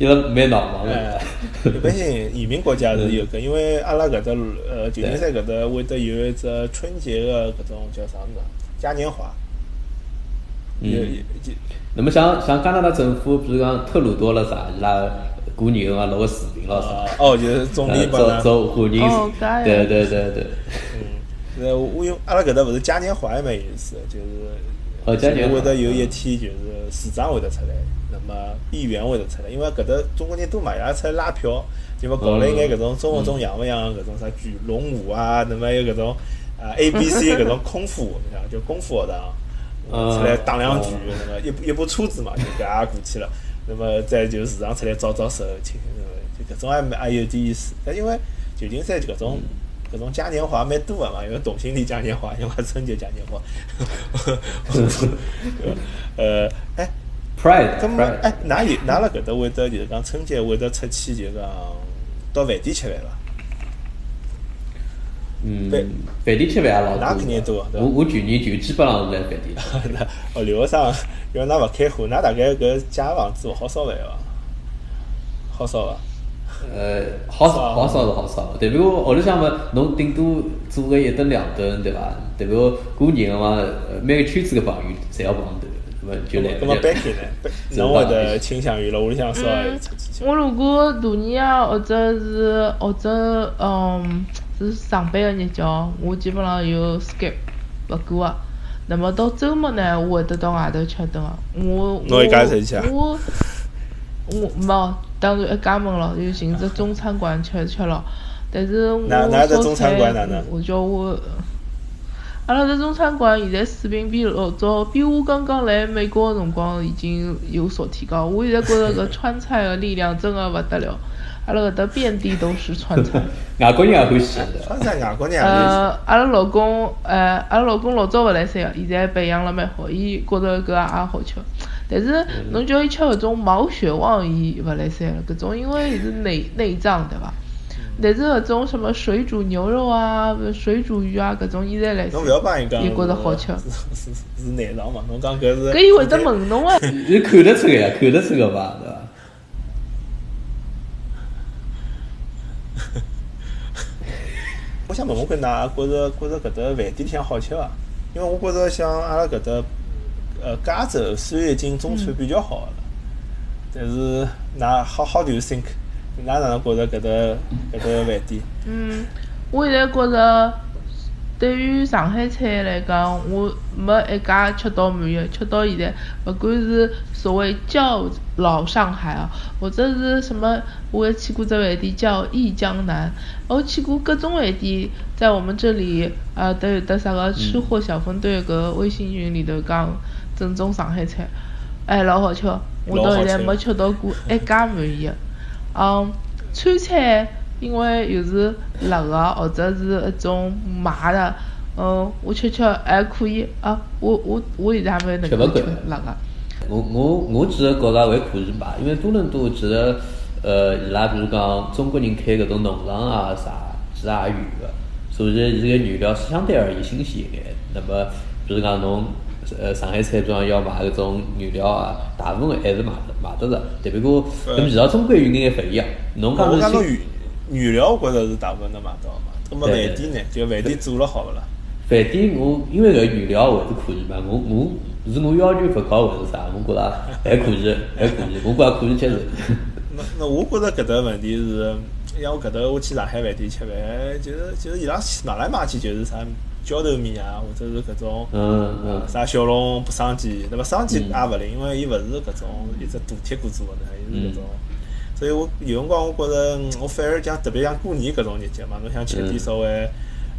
S3: 伊拉蛮闹忙
S1: 哎
S3: 的。，
S1: 一般性移民国家是有个，因为阿拉搿搭呃旧金山搿搭会得有一只春节的搿种叫啥物事啊，嘉年华。
S3: 嗯
S1: 有有就
S3: 那么像像加拿大政府，比如讲特鲁多了啥，伊拉过年个嘛录个视频咯
S1: 啊
S3: 啥，
S1: 哦，就是总理
S3: 呃
S1: 帮㑚
S3: 招。招华人
S2: 哦搿样，
S3: 对对对对，
S1: 嗯，呃，我有阿拉搿搭勿是嘉年华还蛮有意思的，就是
S3: 哦嘉年华
S1: 会得有一天就是市长会得出来，那么议员会得出来，因为搿搭中国人多嘛，伊拉出来拉票，就么搞了一眼搿种
S3: 嗯
S1: 中勿中洋勿洋搿种啥巨龙舞啊，那么还有搿种啊 A B C 搿种空腹，你知道就空腹学堂。
S3: 嗯
S1: 出来打两局
S3: 哦，
S1: 那么一部一部车子嘛，就搿也过去了。那么再就是市场出来招招手，请就搿种也蛮也有点意思。但因为旧金山搿种搿种嘉年华蛮多个嘛，有同性恋嘉年华，有春节嘉年华。 *laughs* 呃，哎，
S3: ，Pride
S1: 搿么
S3: Pride，
S1: 哎，㑚有㑚辣搿搭会得就是讲春节会得出去就讲到饭店吃饭伐？
S3: 嗯
S1: 对，
S3: 饭店吃饭也老
S1: 哪肯定
S3: 多
S1: 多
S3: 的。
S1: 对吧
S3: 我我去年就基本上是来饭店。
S1: 那哦，留学生，要㑚勿开火，㑚大概搿家房子勿好烧饭伐？好烧伐？
S3: 呃，好
S1: 啊
S3: 少好少是好少，代表屋里向嘛，侬顶多做个一顿两顿，对伐？代表过年个嘛，呃每个圈子个朋友侪要碰头，那么就来
S1: 那么
S3: 不及
S1: Becky 呢？
S3: *laughs* 是
S1: 侬
S3: 吧
S1: 会得倾向于了屋里向烧还是出去吃？
S2: 我如果大年啊，或者是或者嗯是上班个日脚，我基本上有 skip 勿过啊。那么到周末呢，我会得到外头吃顿啊。我
S1: 侬一家人吃啊
S2: 我我没，当呃然一家门咯，就寻只中餐馆吃一吃咯。但是我
S1: 哪哪只
S2: 烧
S1: 中餐馆
S2: 菜
S1: 哪能
S2: 我叫我阿拉只中餐馆现在水平比老早，比我刚刚来美国个辰光已经有所提高。我现在觉着搿川菜个力量真个勿得了，阿拉搿搭遍地都是川菜。
S1: *laughs*
S3: *laughs* 外国人也欢喜的。
S1: 川菜外国人也欢
S2: 呃，阿拉老公，呃，阿拉老公老早勿来三亚，现在培养了蛮好，伊觉着搿也啊好吃。但是
S1: 嗯
S2: 侬叫伊吃搿种毛血旺，伊勿来三了，搿种因为是内内脏对伐？
S1: 嗯
S2: 但是搿种什么水煮牛肉啊、水煮鱼啊，搿种伊侪来
S1: 喜。
S2: 三
S1: 侬勿要帮伊讲，
S2: 伊觉着好吃。
S1: *laughs* 是是是内脏嘛？侬讲搿是。
S2: 搿伊会得问侬啊，
S3: 是看得出个呀，看得出个吧，对伐？
S1: 我想问问看，㑚觉着觉着搿搭饭店里向好吃伐？啊因为我觉着像阿拉搿搭，呃，加州虽然已经中餐比较好了，但是㑚 how how do you think？㑚哪能觉着搿搭搿搭饭店？
S2: 嗯，我现在觉着，对于上海菜来讲，我没一家吃到满意。吃到现在，勿管是所谓叫老上海啊，或者是什么，我还去过只饭店叫忆江南，我去过各种饭店，在我们这里，呃，都有得啥个吃货小分队搿微信群里头讲正宗上海菜，哎，老好吃。我到现在没吃到过一家满意的。嗯，川菜因为又是辣个或者是一种麻的，嗯，我吃吃还可以啊。我我我现在还没能够
S3: 吃
S2: 吃
S3: 不惯
S2: 辣个。
S3: 我我我其实觉着还可以吧，因为多伦多其实呃，伊拉比如讲中国人开搿种农场啊啥，其实也有个，所以伊个原料相对而言新鲜一眼。那么比如讲侬呃上海菜庄要买搿种原料啊，大部分还是买得买得着，只不过
S1: 呃
S3: 搿味道终归有眼勿一样。侬讲
S1: 我
S3: 是
S1: 讲侬
S3: 新
S1: 原原料，我觉着是大部分能买到的嘛。葛末饭
S3: 对
S1: 店呢，就饭店做了好勿啦？
S3: 饭店我因为搿原料还是可以嘛，我我是我要求勿高还是啥，我觉着还可以，还可以，我觉着可以接受。
S1: 那那我觉着搿搭问题是，像我搿搭我去上海饭店吃饭，就是就是伊拉买来买去就是啥浇头面啊，或者是搿种。
S3: *laughs* 嗯嗯。
S1: 啥小笼不生鸡，那么生鸡也勿灵，因为伊勿是搿种一只大铁锅做的，伊是搿种。
S3: 嗯
S1: 所以我有辰光我觉着，嗯我反而讲特别像过年搿种日节嘛，侬想吃点
S3: 嗯
S1: 稍微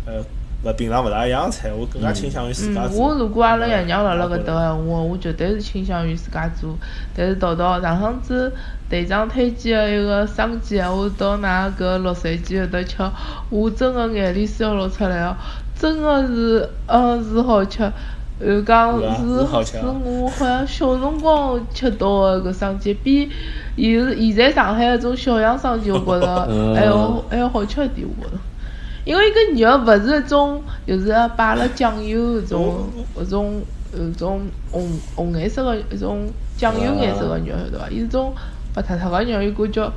S1: 呃勿平常勿大一样的菜，我更加倾向于自家
S2: 嗯，
S1: 做。
S2: 我如果阿拉爷娘辣辣搿
S1: 搿
S2: 搭个闲话，我绝对是倾向于自家做。但是到到上趟子队长推荐个一个生煎啊，我到㑚搿洛杉矶搿搭吃，我真个眼泪水要落出来哦，真个是，呃，是好吃。呃，讲
S1: 是吧是好吃
S2: 是是
S1: 啊
S2: 我好像小辰光吃到的搿生煎，比现在现在上海搿种小样生煎，
S1: *laughs*
S2: 我觉着还要
S3: 嗯
S2: 还要好吃一点，我觉着。因为搿肉勿是一种，就是啊摆了酱油搿种搿种搿种红红颜色个一种酱油颜色个肉，晓
S1: 啊
S2: 得伐？伊是种白塌塌个肉，伊感觉，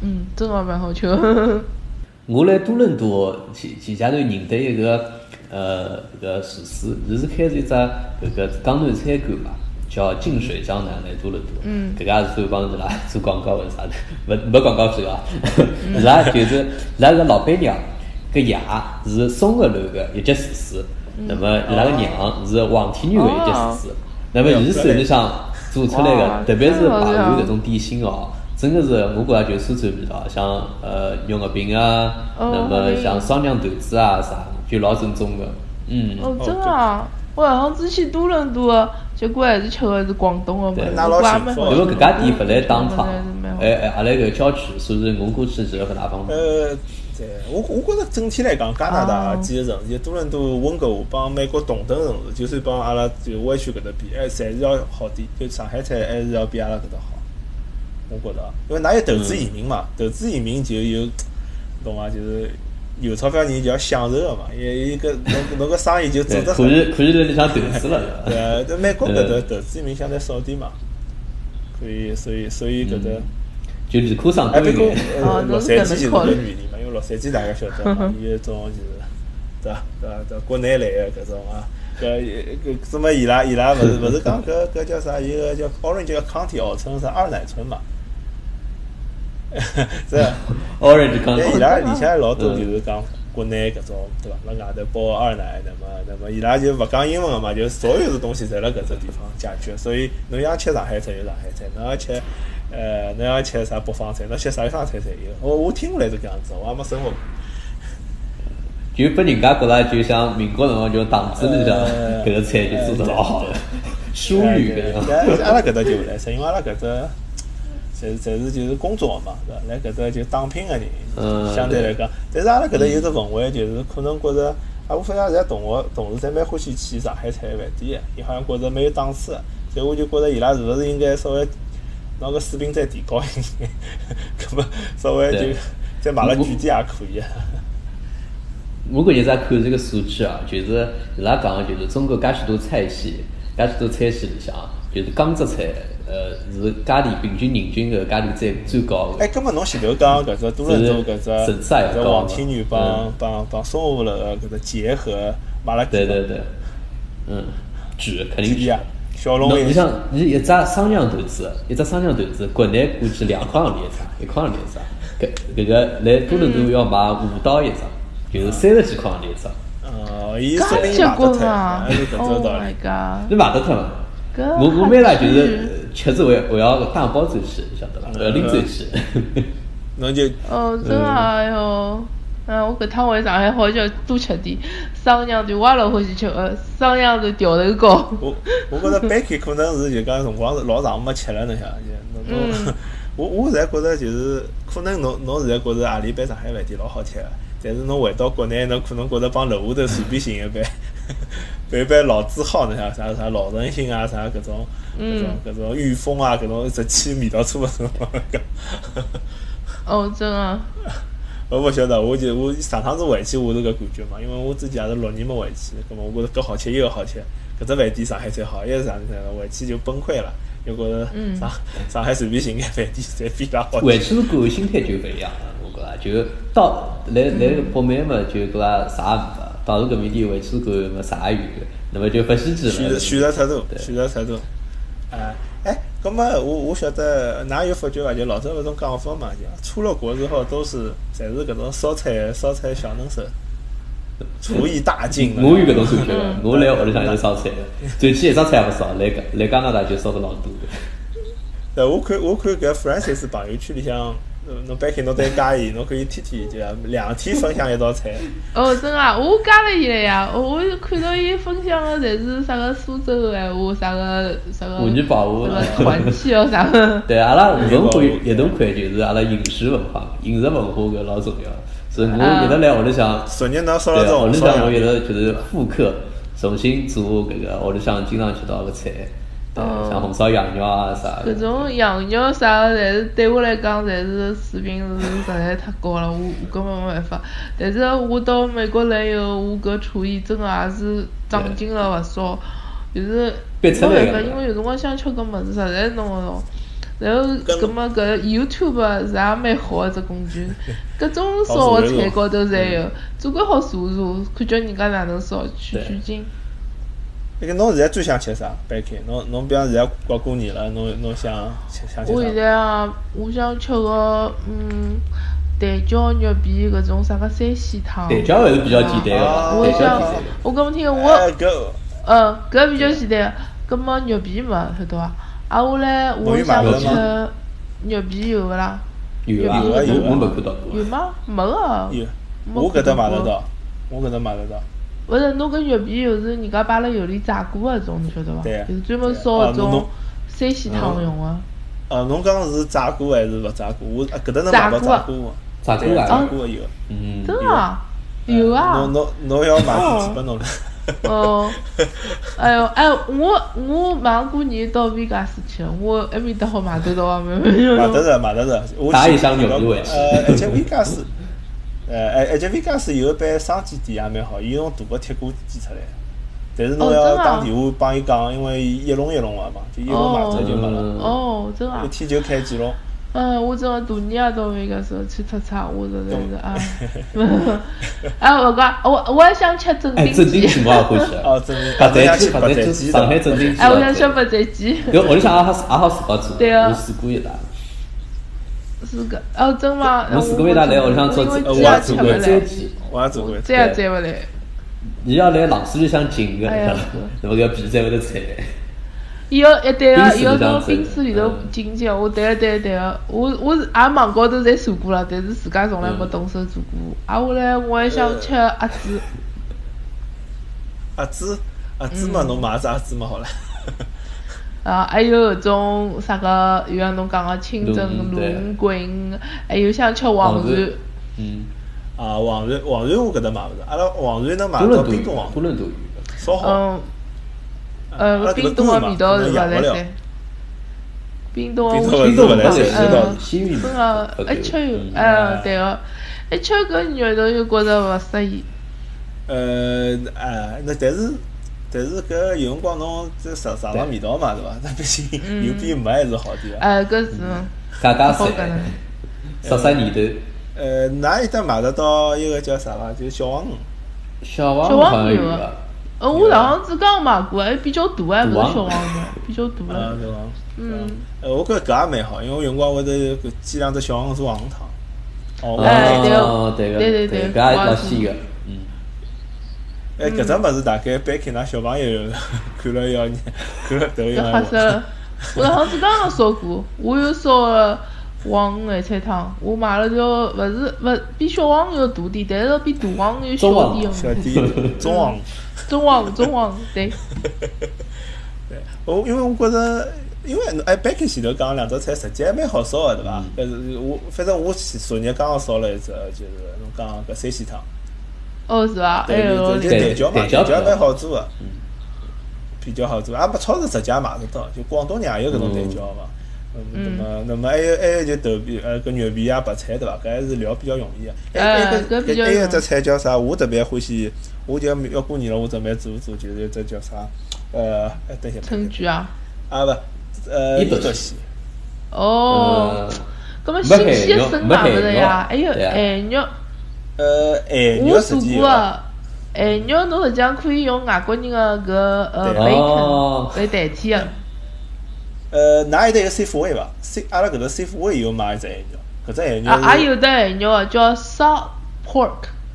S2: 嗯，真个蛮好吃。 *laughs*
S1: 嗯
S3: 我来多伦多前前家头认得一个呃搿个厨师，伊是开了一只搿个江南餐馆嘛，叫近水江南来多伦多。
S2: 嗯
S3: 搿个也是算帮伊拉 *laughs* 做广告或者啥的，没没广告费 *laughs* 啊。伊拉就是伊拉搿老板娘搿爷是松河楼个一级厨师，
S2: 嗯
S3: 那么伊拉个娘是黄天玉个一级厨师。那么伊手里向做出来
S2: 哦哇
S3: 个，特别是
S2: 真好
S3: 排
S2: 吃啊
S3: 油搿种点心哦，真个是我觉着就是苏州味道，像呃肉月饼啊，
S2: 哦
S3: 那么像烧酿团子啊啥，就老正宗个。嗯，
S2: 哦，
S1: 对
S2: 真个啊！我好像之前多伦多个，结果还是吃个是广东个物
S3: 对
S2: 事，
S1: 那老
S2: 我觉得也
S1: 幸
S2: 蛮
S1: 福
S2: 好
S1: 了
S3: 因
S2: 吃
S3: 为
S2: 的。
S3: 搿家店勿来打
S2: 嗯真
S3: 卡
S2: 的是蛮好，吃
S3: 哎哎，阿拉搿郊区，所以我过去其实勿大方便。
S1: 呃，对，我我觉着整体来讲，加拿大
S2: 哦
S1: 几个城市，就多伦多、温哥华帮美国同等城市，就算帮阿拉就湾区搿搭比，还侪是要好点。就上海菜还是要比阿拉搿搭好，我觉着，因为㑚有投资移民嘛，投资移民就有，懂伐？就是有钞票人就要享受个嘛，伊伊搿侬侬搿生意就做
S3: 对，
S1: 得
S3: 可
S1: 很。
S3: 以可以辣里向投资了。对
S1: *laughs* 对
S3: 伐
S1: 啊，在美国搿
S3: 呃
S1: 搭投资移民相对少点嘛，所以所以所以搿搭。
S3: 嗯就理科生
S1: 哎，
S3: 多
S1: 不
S3: 一
S1: 过
S3: 眼。
S1: 呃
S2: 哦
S1: 洛
S2: 侬是
S1: 杉
S2: 搿
S1: 矶就是
S2: 能嗯
S1: 搿
S2: 考虑
S1: 原因嘛，因为洛杉矶大家晓得嘛，伊有种就是，对伐？对伐？对伐啊国内来个搿种啊，搿搿搿什么伊拉伊拉勿是勿是讲搿搿叫啥？一个叫 Orange 叫 County 号称是二奶村嘛， *laughs* 是啊吧。
S3: Orange 刚
S1: 哎但伊拉里向老多
S3: 嗯
S1: 就是讲国内搿种对伐？辣外头包二奶，那么那么伊拉就勿讲英文个嘛，就所有的东西侪辣搿只地方解决。所以侬想吃上海菜有上海菜，侬要吃呃侬要吃啥北方菜，侬吃啥地方菜侪有。我我听下来是搿样子，我还没生活过。
S3: 就拨人家觉着就像民国辰光就党子里向
S1: 呃
S3: 搿个菜就做得老好了， *laughs* 淑女搿种。
S1: 搿阿拉搿搭就勿来塞，因为阿拉搿搭侪侪是就是工作嘛，对伐？来搿搭就打拼个人，
S3: 嗯
S1: 相对来讲，但是阿拉搿搭有只氛围，就是可能觉着，啊，我发现现在同学同事侪蛮欢喜去上海菜饭店个，伊好像觉着蛮有档次个，所以我就觉着伊拉是勿是应该稍微拿个水平再提高一点， *laughs* 搿么稍微
S3: 对
S1: 就再买了
S3: 我
S1: 贵点也可以啊。
S3: 我感觉是看这个数据啊，就是伊拉讲的就是中国介许多菜系，介许多菜系里向，啊就是江浙菜，呃，是价钿平均人均搿价钿最最高
S1: 哎，
S3: 的。
S1: 搿么侬前头讲搿只多伦多搿只
S3: 是
S1: 搿
S3: 层次也
S1: 只
S3: 高
S1: 黄
S3: 嘛
S1: 天女
S3: 嗯
S1: 帮帮帮松湖楼搿只结合，买了
S3: 对
S1: 几
S3: 对对，嗯，举肯定
S1: 几
S3: 举
S1: 啊。？小龙
S3: 侬
S1: 运
S3: 你像你一只商量投资，一只商量投资，国内估计两块行钿一只，一块行钿一只，搿搿个来多伦多要卖五刀一只，就是三十几块行钿一只，
S1: 哦，伊说
S2: 介
S1: 明
S2: 结
S1: 买得
S2: 棍
S1: 脱，
S2: 啊
S1: 还哎是搿只
S2: ！Oh
S1: 道
S2: my
S1: 理。
S2: god！
S3: 你买得脱吗？
S2: 搿
S3: 我我每趟就
S2: 还
S3: 是
S2: 是
S3: 吃子，我要我要打包走去，晓得伐？呃我要拎走去。 *laughs*
S1: 侬就
S2: 哦，真的啊哎哟，嗯，我搿趟回上海好像多吃点商酿团，我也老欢喜吃呃个商酿团调头糕。
S1: 我我觉着 Becky 可能是就讲辰光是老长没吃了，侬晓得就侬侬
S2: 嗯，
S1: 我 *laughs* 我现在觉着就是可能侬侬现在觉着阿里杯上海饭店老好吃个，但是侬回到国内，侬可能觉着帮楼下头随便寻一杯， *laughs* 杯杯老字号，侬晓得啥啥老诚信啊，啥搿种搿种搿种裕丰啊，搿种直去味道差勿 *laughs* 多。
S2: *laughs* 哦，真的啊。
S1: 我勿晓得，我就我上趟子回去我是搿感觉嘛，因为我之前也是六年没回去，葛末我觉着搿好吃一个好吃，搿只饭店上海最好，一是上海菜回去就崩溃了，又觉着
S2: 嗯
S1: 上上海随便寻眼饭店侪比伊拉
S3: *laughs*
S1: 好
S3: 回
S1: 吃。
S3: 去过后心态就勿一样了，我觉着就到来来个北美嘛，就觉着啥也没，到了搿面地回去过后没啥有，那么就不稀奇
S1: 选择
S3: 了。
S1: 选择尺度，
S3: 对
S1: 选择尺度。啊，哎，葛末我我晓得，㑚有发觉伐？就老早搿种讲法嘛，就出了国之后都是侪是搿种烧菜烧菜小能手，厨艺大进了。
S3: 我有搿种感觉的
S2: 嗯，
S3: 我来屋里向就是烧菜的，走去一只菜也勿烧，来加来加拿大就烧得老多的。
S1: 对，我看我看搿 Francis 朋友圈里向，呃侬 Becky 侬再加伊，侬可以天天就两天分享一道菜。
S2: 哦，真的啊，我加了伊了呀！我我看到伊分享的侪是啥个苏州的闲话，啥个啥个
S3: 妇女保护
S2: 啥个团契哦，啥个。
S3: 对，阿拉文化一同款就是阿拉饮食文化，饮食文化搿老重要。所以我一直来屋里向
S1: 昨日㑚烧了
S3: 对，
S1: 只
S3: 屋
S1: 红
S3: 里
S1: 烧
S3: 向我
S1: 羊
S3: 觉
S1: 肉，
S3: 得就是复刻，重新做搿个屋里向经常吃到个菜，对，
S2: 哦
S3: 像红烧羊肉啊啥的。
S2: 搿种羊肉啥个，侪是对我来讲，侪是水平是实在太高了，我我根本没办法。但是我到美国来以后，我搿厨艺真个也是长进了勿少，就是
S3: 变出
S2: 没
S3: 来
S2: 办
S3: 了
S2: 法，因为有辰光想吃搿物事，实在弄勿牢。然后
S1: 跟
S2: 搿么搿 YouTube 是也蛮好个只工
S3: *laughs*
S2: 具，各种烧个菜高头侪
S3: 嗯
S2: 有，总归好查查，看叫人家哪能烧，取取经。
S1: 那个侬现在最想吃啥？Becky，侬侬比方现在快过年了，侬侬想想想吃
S2: 我现
S1: 啥？
S2: 在啊，我想吃个嗯蛋饺、肉片搿种啥个三鲜汤。
S3: 蛋饺还是比较简单
S1: 啊
S3: 个，
S2: 我
S3: 蛋
S1: 也
S3: 饺
S2: 想
S1: 想
S3: 简单。，
S2: 我讲听
S1: 哎
S2: 我，
S1: 搿
S2: 嗯，搿比较简单。搿么肉片嘛，晓得伐？啊，我来，
S1: 侬
S2: 我
S1: 有买
S2: 想
S1: 过
S2: 吃
S1: 吗
S2: 肉片有勿啦？
S3: 有啊，
S2: 有
S1: 啊
S3: 我
S1: 有啊
S3: 我没看到过
S2: 有。吗？没个。
S1: 有，
S2: 没
S1: 我搿搭买得
S2: 看到
S1: 到，我搿搭买得到。
S2: 勿是，侬搿肉片又是人家摆辣油里炸过个种，侬晓得伐
S1: 对啊？
S2: 就是专门
S1: 对啊
S2: 烧
S1: 啊侬
S2: 搿种
S1: 侬
S2: 三鲜汤用个。
S1: 哦，侬讲是炸过还是勿炸过？我啊搿搭能买
S2: 炸
S1: 到
S2: 过
S1: 炸过
S3: 炸
S1: 个，
S3: 过
S1: 对
S3: 啊
S1: 炸过个有。
S3: 嗯，
S2: 真个啊？有啊。
S1: 侬侬侬要买
S2: 哦
S1: 几拨侬了？
S2: 哦，哎哟，哎，我我马上过年到维加斯去，我埃面搭好买得到啊，
S3: *laughs*
S2: 没
S1: *laughs*
S3: 哎
S2: 没
S1: 买得
S2: 没。
S1: 着，买得着。我
S3: 打一
S1: 去
S3: 箱牛肉回去
S1: 呃，而且维加斯，呃，而而且维加斯有一爿生煎店也蛮好，伊用大个铁锅煎出来。但是侬
S2: 哦
S1: 要
S2: 真的啊
S1: 打电话帮伊讲，因为伊一笼一笼个嘛，就一笼买走就没了，
S3: 嗯
S2: 哦，真啊
S1: 一，天就开几笼。
S2: 嗯，我真的大年夜到维加斯去出差，我实在是啊， *laughs* 哎，勿怪我，我还想吃正
S3: 哎，
S2: 定
S3: 正经
S2: 鸡，
S3: 情我也欢喜啊。
S1: *laughs* 哦，真
S3: 白
S1: 的，
S3: 斩鸡，
S1: 去
S3: 白
S1: 白
S3: 斩鸡，
S1: 鸡
S3: 上海正经鸡。
S2: 哎，我想吃白斩鸡，
S3: 搿屋里向也好也好自家做，
S2: 对啊
S3: 我试过一趟。
S2: 是个，哦，真吗？
S3: 我试过一趟来屋里向做，
S2: 因为
S3: 呃
S2: 鸡
S3: 我也
S2: 也哎吃勿来
S3: 做过白斩，鸡。
S1: 我也做过。
S2: 再也再勿来。
S3: *laughs* 伊要来冷水里向浸个，
S2: 哎呀
S3: 那么搿皮才会得菜。
S2: 伊个一对
S3: 冰
S2: 个
S3: 室
S2: 伊个种
S3: 里向子
S2: 冰室里头
S3: 嗯
S2: 进去，哦我对个对个对个，我我啊是也网高头侪查过了，但是自家从来没
S3: 嗯
S2: 动手做过。啊，后来我还想吃鸭子，
S1: 鸭子鸭
S2: 嗯
S1: 子嘛，侬买只鸭子嘛好了。
S2: 啊，还有搿种啥个，就像侬讲个清蒸
S3: 鲈鱼
S2: 鲈
S3: 对
S2: 鱼、桂鱼，还有想吃黄
S3: 黄
S2: 鳝
S3: 鳝。嗯，
S1: 啊，黄鳝黄鳝我搿搭买勿着，阿拉黄鳝能买
S3: 多
S1: 到
S3: 伦多
S1: 冰
S3: 鱼，
S1: 冻黄
S3: 多
S1: 鳝，
S3: 伦多鱼，
S1: 少好。啊
S2: 嗯，
S1: 阿拉搿搭
S2: 呃，冰冻
S1: 多
S2: 个
S1: 嘛
S2: 味道是勿
S1: 可能
S2: 来
S1: 养不了
S2: 三。冰冻
S1: 冰
S2: 个
S1: 冻
S2: 我
S1: 的是
S3: 冰冻
S1: 勿来三
S3: 鱼是
S1: 知道
S2: 呃
S3: 到西域
S2: 真个一吃
S3: 嗯
S1: 嗯
S2: 有，哎，对个，一吃搿肉头就觉着勿适意。
S1: 呃，啊，那但是但是搿有辰光侬这尝尝尝味道嘛，对伐？ *laughs* 那毕竟有比没还是好点啊。
S2: 哎，搿是，
S3: 嘎嘎
S2: 好
S3: 水
S2: 搿能，
S3: 杀杀泥头，
S1: 呃，哪有得买得到一个叫啥伐？就是小黄鱼。
S3: 小黄
S2: 小
S3: 好像
S2: 黄
S3: 有
S2: 有啊
S3: 吧？
S2: 呃，我上趟子刚买过，还比较大，还勿是小黄鱼，比较
S1: 啊，
S2: 大了。
S1: 对伐？
S2: 嗯。
S1: 呃，我觉着搿也蛮好，因为我有辰光会得搿煎两只小黄做黄汤。哦，
S2: 哎对
S3: 哦对个，
S2: 对对
S3: 对
S2: 对
S3: 搿也
S2: 我也
S3: 老
S2: 是
S3: 鲜个，嗯，
S1: 哎，搿只物事大概班级㑚小朋友 *laughs* 看了要看了都
S2: 搿
S1: 要
S2: 吓
S1: *laughs*
S2: 死了！我上趟子刚刚烧过，我又烧了黄鱼野菜汤，我买了条勿是勿比小黄鱼要大点，但是要比大黄鱼要
S3: 中
S2: 小
S3: 黄
S2: 点
S1: 小
S2: 个。
S1: 弟 *laughs* 中黄鱼。
S2: 中黄中黄对，
S1: 对，我因为我觉着，因为哎，班级前头讲两只菜实际还蛮好烧的，对伐？但是我反正我前昨日刚刚烧了一只，就是侬讲搿三鲜汤，
S2: 哦是伐？哎
S1: 对
S2: 呦
S1: 对，
S2: 理
S1: 就蛋饺
S3: 对
S1: 嘛，
S3: 蛋饺
S1: 蛋饺
S3: 比较
S1: 蛮好做的，比较好做，也没超市直接也买得到，就广东人也有搿种蛋饺嘛。嗯，那么那么还有还有就豆皮呃搿肉皮啊白菜对伐？搿还是聊比较容易的。
S2: 哎
S1: 还有
S2: 搿比较
S1: 还有一只
S2: 容易
S1: 菜叫啥？我特别欢喜，我就要过年了，我准备做做，就是一只叫啥？呃，哎等一下，
S2: 春卷啊，
S1: 啊勿，呃，
S3: 伊
S1: 伊
S3: 不
S1: 德
S3: 是
S1: 西，
S3: 呃
S2: 哦，搿么
S3: 没
S2: 新
S3: 海
S2: 鲜
S3: 肉
S2: 生
S3: 没
S2: 买
S3: 海
S2: 勿着
S3: 肉
S2: 呀？还哎有
S3: 对啊
S2: 海肉，
S1: 呃，咸
S2: 我
S1: 肉
S2: 做
S1: 实际
S2: 过
S1: 有啊，
S2: 个。海肉侬实际上可以用外国人个搿呃
S1: 对
S2: bacon
S3: 哦
S2: 来代替啊个，
S1: 呃，哪有得一个 safe way 伐？C 阿拉搿头 safe way 有卖一只咸肉，搿只咸肉
S2: 啊，
S1: 是
S2: 也有得海肉个叫 salt pork，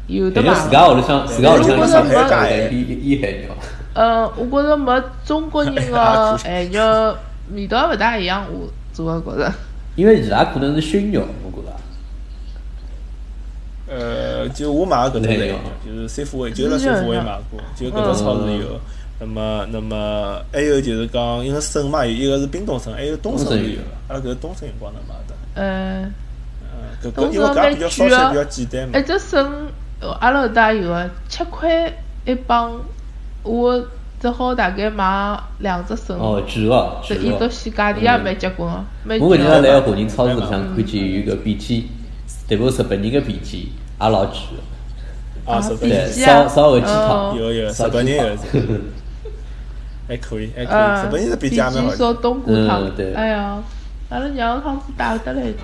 S2: 有的
S3: 反
S2: 买的。
S3: 正自家屋里向，自家屋里向有
S2: 如果
S1: 上海
S3: 海
S1: 街
S3: 伊伊伊海肉，
S2: 呃，我觉着没中国
S3: *laughs* 哎
S2: 人
S1: 啊
S2: 个海肉味道勿大一样，我主要觉着。
S3: 因为伊拉可能是熏肉，我觉着。
S1: 呃，就我买的搿只咸
S3: 咸
S1: 肉
S3: 肉，
S1: 就是 safe way，就辣
S2: 是的
S1: safe way 买过，
S2: 嗯
S1: 就搿只超市有。那么，那么还有就是讲，因为省嘛，有一个是冰冻省，还有东省
S3: 东
S1: 是
S3: 省
S1: 有啊
S3: 有
S1: 的，阿拉搿东省有光能买得到。
S2: 嗯，
S1: 嗯，搿
S2: 东
S1: 个因
S2: 省
S1: 为搿也比较
S2: 啊
S1: 烧起来比较简单嘛
S2: 一。只省，哎呃阿拉搿搭有个七块一磅，我只好大概买两只省。
S3: 哦，值哦，
S2: 这
S3: 值
S2: 伊
S3: 哦
S2: 到。西价钿也蛮结棍个，蛮
S3: 我搿
S2: 贵
S3: 天
S2: 个。
S3: 来华人超市里向看见有个便签，特别是日本人个便签，也老贵个。
S1: 啊，
S2: 啊
S1: 日本
S2: 比
S3: 对，
S1: 人
S2: 鸡
S3: 烧
S2: 啊
S3: 烧个鸡
S2: 哦
S3: 汤，
S1: 有有，
S3: *laughs* 烧
S1: 日
S3: 鸡
S1: 本人有一
S3: 汤
S1: 只，还可以，还可以，
S2: 嗯，
S1: 日本人的
S2: 比
S1: 比较蛮好吃。
S2: 起烧冬瓜
S3: 嗯
S2: 汤
S3: 对，
S2: 哎呀，阿拉娘趟子带得来一点。